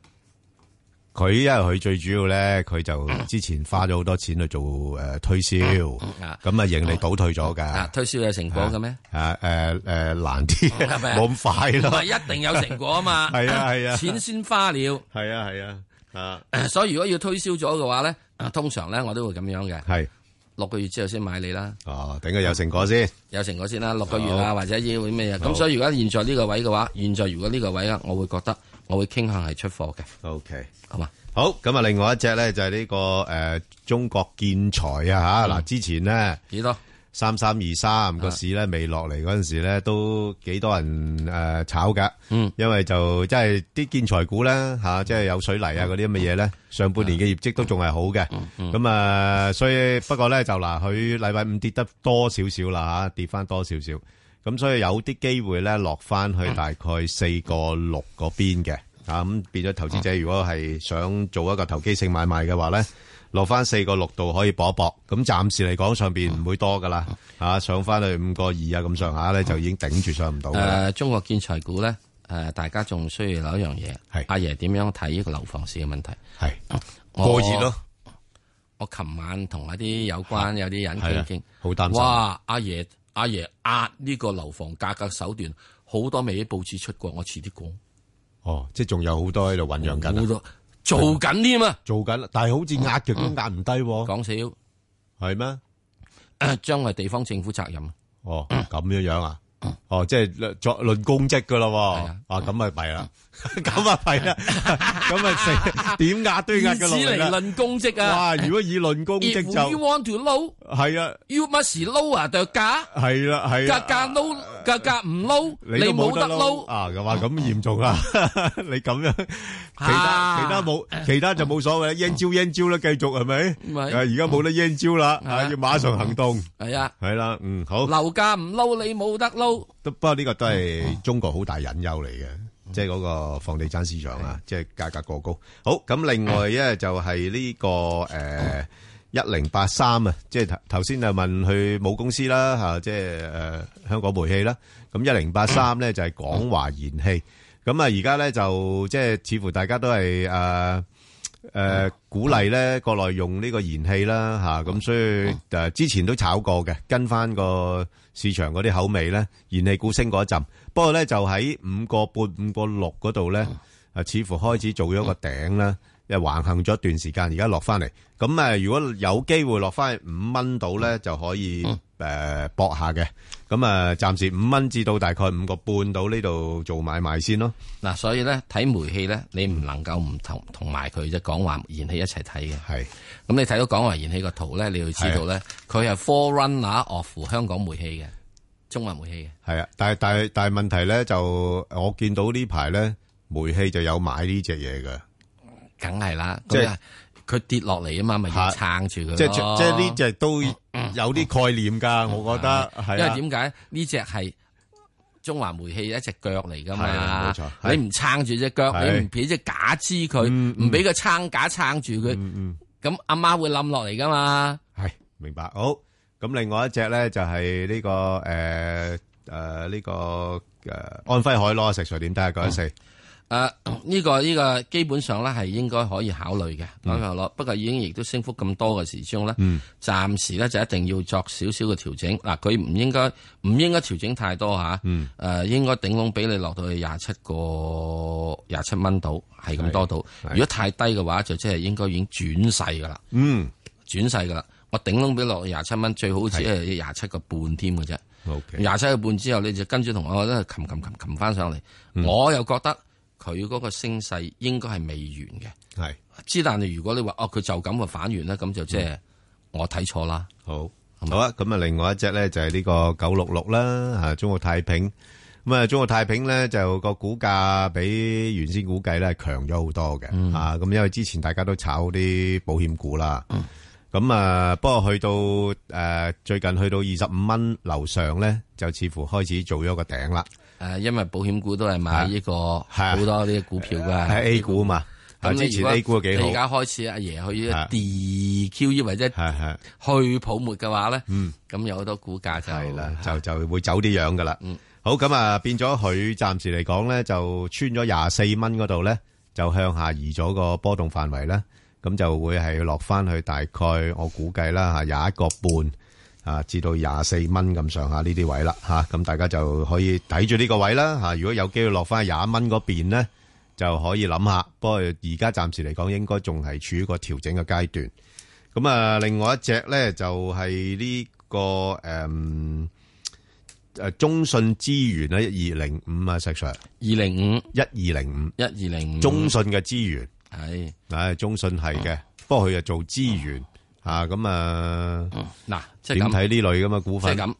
C: 佢因為佢最主要咧，佢就之前花咗好多錢去做誒、推銷，
D: 嗯
C: 咁啊盈利倒退咗㗎。
D: 啊，推銷有成果嘅咩？
C: 啊誒誒難啲，
D: 係咪啊
C: *laughs* 冇咁快
D: 唔
C: 咯。
D: 係一定有成果啊 *laughs* 嘛。
C: 係啊係啊
D: 錢先花了。 *coughs* 係
C: 啊係啊啊！
D: 所以如果要推銷咗嘅話咧，啊通常咧我都會咁樣嘅。
C: 係
D: 六個月之後先買你啦，
C: 哦，等佢有成果先。
D: 有成果先啦，六個月啊
C: 好
D: 或者要啲咩嘢。
C: 好
D: 咁所以如果現在呢個位嘅話，現在如果呢個位咧，我會覺得我會傾向係出貨嘅。
C: OK，
D: 好嘛。
C: 好，咁啊，另外一隻咧就係呢、個呃中國建材啊吓，
D: 嗯
C: 嗱、之前咧
D: 幾多
C: 三三二三個市咧未落嚟嗰陣時咧，都幾多人诶、呃炒噶，
D: 嗯，
C: 因為就即係啲建材股啦吓、即係有水泥啊嗰啲咁嘅嘢咧，上半年嘅業績都仲係好嘅，咁啊、呃所以不過咧就嗱，佢禮拜五跌得多少少啦吓，跌翻多少少，咁所以有啲機會咧落翻去大概四個六嗰邊嘅。啊，咁變咗投資者如果係想做一個投機性買賣嘅話咧，落翻四個六度可以搏一搏。咁暫時嚟講上邊唔會多噶啦，啊上翻去五個二啊咁上下咧就已經頂住上唔到
D: 誒、
C: 噶啦。
D: 中國建材股咧，誒、大家仲需要有一樣嘢，阿爺點樣睇呢個樓房市嘅問題？
C: 係
D: 我
C: 過熱咯。
D: 我琴晚同一啲有關有啲人傾
C: 係啊
D: 傾，
C: 好擔心
D: 哇！阿爺阿爺壓呢個樓房價格手段，好多未喺報紙出過，我遲啲講。
C: 哦，即係仲有好多喺度醖釀緊啊
D: 好多做緊添啊！
C: 做緊啦，但係好似壓嘅都壓唔低喎。
D: 講少 *clears throat*
C: 係咩？
D: 將係地方政府責任。啊
C: 哦，咁樣樣啊？哦，即係作論公職噶啦喎。啊，咁咪弊啦， *laughs* 咁啊
D: *laughs*
C: 弊啦，咁啊成點壓都要壓嘅落
D: 以此
C: 嚟
D: 嚟
C: 啦。
D: 論公職啊！
C: 哇！如果以論公職
D: If
C: 就
D: you want to low,
C: 係啊，
D: you must low 啊，對價
C: 係啦，係
D: 價
C: 啊。
D: 價 low，價價唔 low，你
C: 都
D: 冇得 low。
C: 啊！咁啊，咁 *laughs* 嚴重啦！你咁樣，其他
D: 啊哦
C: 其他冇，其他就冇所謂啦。應招應招啦，繼續係咪？
D: 咪
C: 啊而家冇得應招啦，啊，要馬上行動。
D: 係啊，
C: 係啦，嗯，好。
D: 樓價唔撈你冇得撈，
C: 都不過呢個都係中國好大隱憂嚟嘅，即係嗰個房地產市場啊，即係價格過高。好，咁另外咧就係呢、個誒一零八三啊，即係頭頭先就問佢母公司啦嚇、即係誒、呃香港煤氣啦。咁一零八三咧就係港華燃氣。咁啊而家咧就即係似乎大家都係誒。呃誒、鼓勵咧國內用呢個燃氣啦嚇，咁、所以誒、之前都炒過嘅，跟翻個市場嗰啲口味咧，燃氣股升嗰一陣，不過咧就喺五個半、五個六嗰度咧，誒、似乎開始做咗個頂啦，誒橫行咗一段時間，而家落翻嚟，咁誒、如果有機會落翻去五蚊度咧，就可以誒搏、下嘅，咁誒、暫時五蚊至到大概五個半度呢度做買賣先咯，
D: 嗱，所以咧睇煤氣咧，你唔能夠唔同同埋佢啫，講話燃氣一齊睇嘅。
C: 係，
D: 咁你睇到講話燃氣個圖咧，你要知道咧，佢係 forerunner of 香港煤氣嘅。中華煤氣嘅。
C: 系啊，但系但系但系问题咧就，我見到呢排咧煤氣就有買呢只嘢嘅，
D: 梗係啦，
C: 即
D: 咁
C: 係
D: 啊佢跌落嚟啊嘛，咪要撐住佢咯。
C: 即系即系呢只都有啲概念㗎，我覺得係啊
D: 因為點解呢只係中華煤氣一隻腳嚟㗎
C: 係
D: 嘛
C: 啊冇錯？係
D: 你唔撐住只腳，
C: 係
D: 你唔俾只假肢佢，
C: 嗯
D: 唔俾個撐架撐住
C: Ừ,
D: 佢，咁阿媽會冧落嚟㗎嘛？
C: 明白。好，咁另外一隻咧就係呢、個诶诶呢個诶、呃安徽海螺食水點得九一四，
D: 诶，啊呢個呢個基本上咧係應該可以考慮嘅，
C: 嗯
D: 咁樣咯。不過已經亦都升幅咁多嘅時鐘咧，
C: 嗯
D: 暫時咧就一定要作少少嘅調整。嗱，佢唔應該唔應該調整太多吓，诶、
C: 嗯
D: 應該頂籠俾你落到去廿七個廿七蚊度，係咁多度。
C: 係
D: 如果太低嘅話，就即係應該已經轉勢噶啦，
C: 嗯
D: 轉勢噶啦。我頂籠俾落廿七蚊，最好只係廿七個半添嘅啫。
C: ，OK，
D: 廿七個半之後，你就跟住同我咧擒擒擒擒翻上嚟。
C: 嗯
D: 我又覺得佢嗰個升勢應該係未完嘅。
C: 係
D: 之但係如果你話哦，佢就咁嘅反完咧，咁就即
C: 嗯
D: 係我睇錯啦。
C: 好，好啊。咁啊，另外一隻咧就係呢個九六六啦，吓中國太平。咁啊，中國太平咧就個股價比原先估計咧強咗好多嘅，
D: 嗯
C: 啊咁因為之前大家都炒啲保險股啦，
D: 嗯
C: 咁啊不過去到誒、呃最近去到二十五蚊樓上咧，就似乎開始做咗個頂啦。
D: 誒，因為保險股都係買呢個好多呢啲股票㗎。
C: 啊係 A 股嘛，啊
D: 咁
C: 之
D: 你如
C: 前
D: 果
C: A 股都幾好
D: 你而，家開始阿爺去
C: 係啊
D: DQE 或者
C: 係係
D: 去泡沫嘅話咧，
C: 嗯
D: 咁有好多股價就啊
C: 係啦，就就會走啲樣噶啦
D: 嗯。
C: 好咁啊，變咗佢暫時嚟講咧，就穿咗廿四蚊嗰度咧，就向下移咗個波動範圍啦。咁就會係落翻去大概我估計啦嚇廿一個半啊，至到廿四蚊咁上下呢啲位啦嚇。咁大家就可以睇住呢個位啦嚇。如果有機會落翻去廿蚊嗰邊咧，就可以諗下。不過而家暫時嚟講，應該仲係處於個調整嘅階段。咁啊，另外一隻咧就係呢、個誒誒中信資源咧，二零五啊，石 Sir，
D: 二零五
C: 一二零
D: 一二零
C: 五，
D: 五
C: 中信嘅資源，
D: 係
C: 唉，中信係嘅，
D: 哦
C: 不過佢就做資源啊，咁啊，
D: 嗱，哦即
C: 點
D: 係咁。
C: 睇呢類咁嘅股
D: 即
C: 份？
D: 係咁，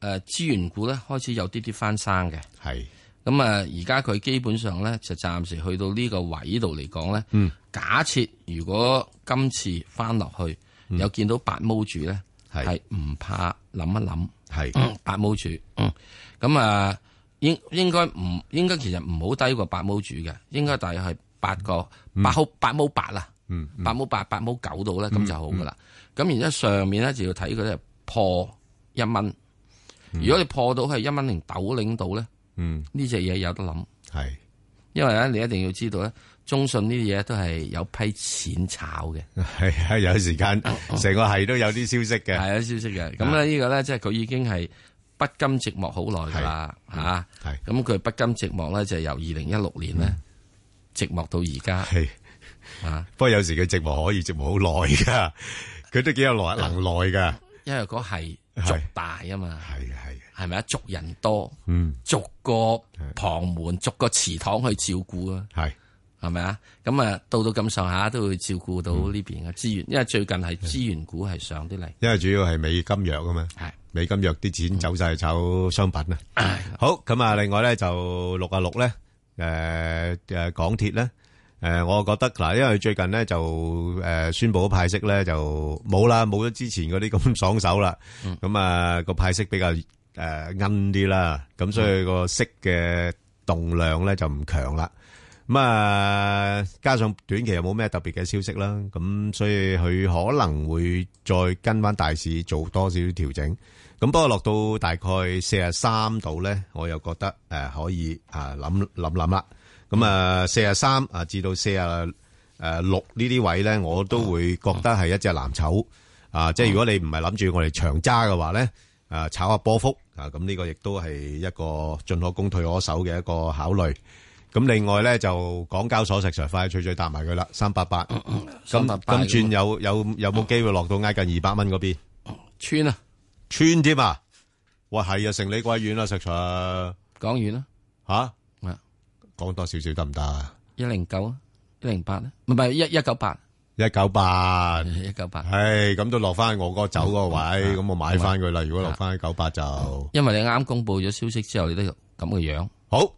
D: 誒、資源股咧開始有啲啲翻生嘅。
C: 係
D: 咁啊，而家佢基本上咧就暫時去到呢個位度嚟講咧，
C: 嗯
D: 假設如果今次翻落去、有見到八毛住咧，
C: 嗯係
D: 係唔怕諗一諗
C: 係
D: 八毛住。嗯咁、啊，應應該唔應該其實唔好低過八毛住嘅，應該大約係八個八毫八毛八啦。
C: 嗯
D: 八毛八、八毛九度咧，咁就好噶啦。咁、然之後上面咧就要睇佢咧破一蚊。如果你破到係一蚊零豆領到咧，
C: 嗯
D: 呢只嘢有得諗，
C: 係
D: 因為咧你一定要知道咧，中信呢啲嘢都係有批錢炒嘅，
C: 係啊，有時間
D: 哦
C: 成個係都有啲消息嘅，
D: 係有消息嘅。咁咧呢個咧即係佢已經係不甘寂寞好耐㗎啦嚇。
C: 係
D: 咁佢不甘寂寞咧就係由二零一六年咧
C: 嗯
D: 寂寞到而家
C: 係。
D: 啊，
C: 不過有時佢寂寞可以寂寞好耐㗎，佢都幾有耐能耐㗎。
D: 因為嗰係
C: 係
D: 族大啊嘛，
C: 係啊係啊，
D: 係咪啊？族人多。
C: 嗯
D: 逐個旁門、逐個祠堂去照顧啊，
C: 係。
D: 係咪啊？咁啊，到到咁上下都會照顧到
C: 嗯
D: 呢邊嘅資源，因為最近係資源股係上啲嚟，
C: 因为主要系美金弱啊嘛，
D: 係
C: 美金弱啲钱走晒去炒商品啊。好，咁啊，另外咧就六啊六咧，诶诶，港铁咧，诶，我觉得嗱，因为最近咧就诶宣布咗派息咧就冇啦，冇咗之前嗰啲咁爽手啦，咁啊个派息比较诶奀啲啦，咁所以个息嘅动量咧就唔强啦。咁啊，加上短期又冇咩特別嘅消息啦，咁所以佢可能會再跟翻大市做多少少調整。咁不過落到大概四十三度咧，我又覺得誒、呃可以啊諗諗諗啦。咁啊，四十三啊至到四啊誒六呢啲位咧，我都會覺得係一隻藍籌啊。即係如果你唔係諗住我哋長揸嘅話咧，啊炒下波幅啊，咁呢個亦都係一個進可攻退可守嘅一個考慮。咁另外咧就港交所食常快脆脆搭埋佢啦，三八哦八。咁
D: 388
C: 咁啊轉有有有冇機會落到挨近二百蚊嗰邊？
D: 穿啊，
C: 穿添啊！哇，係啊，成李貴遠啦，食常
D: 講完啦，
C: 吓
D: 啊，
C: 講多少少得唔得啊？
D: 一零九啊，一零八咧，唔係一一九八，
C: 1998
D: 198
C: 嗯係，咁都落返我個走嗰個位，咁我買返佢啦，如果落返去98就啊
D: 因為你啱公布咗消息之後，你都咁嘅樣。
C: 好，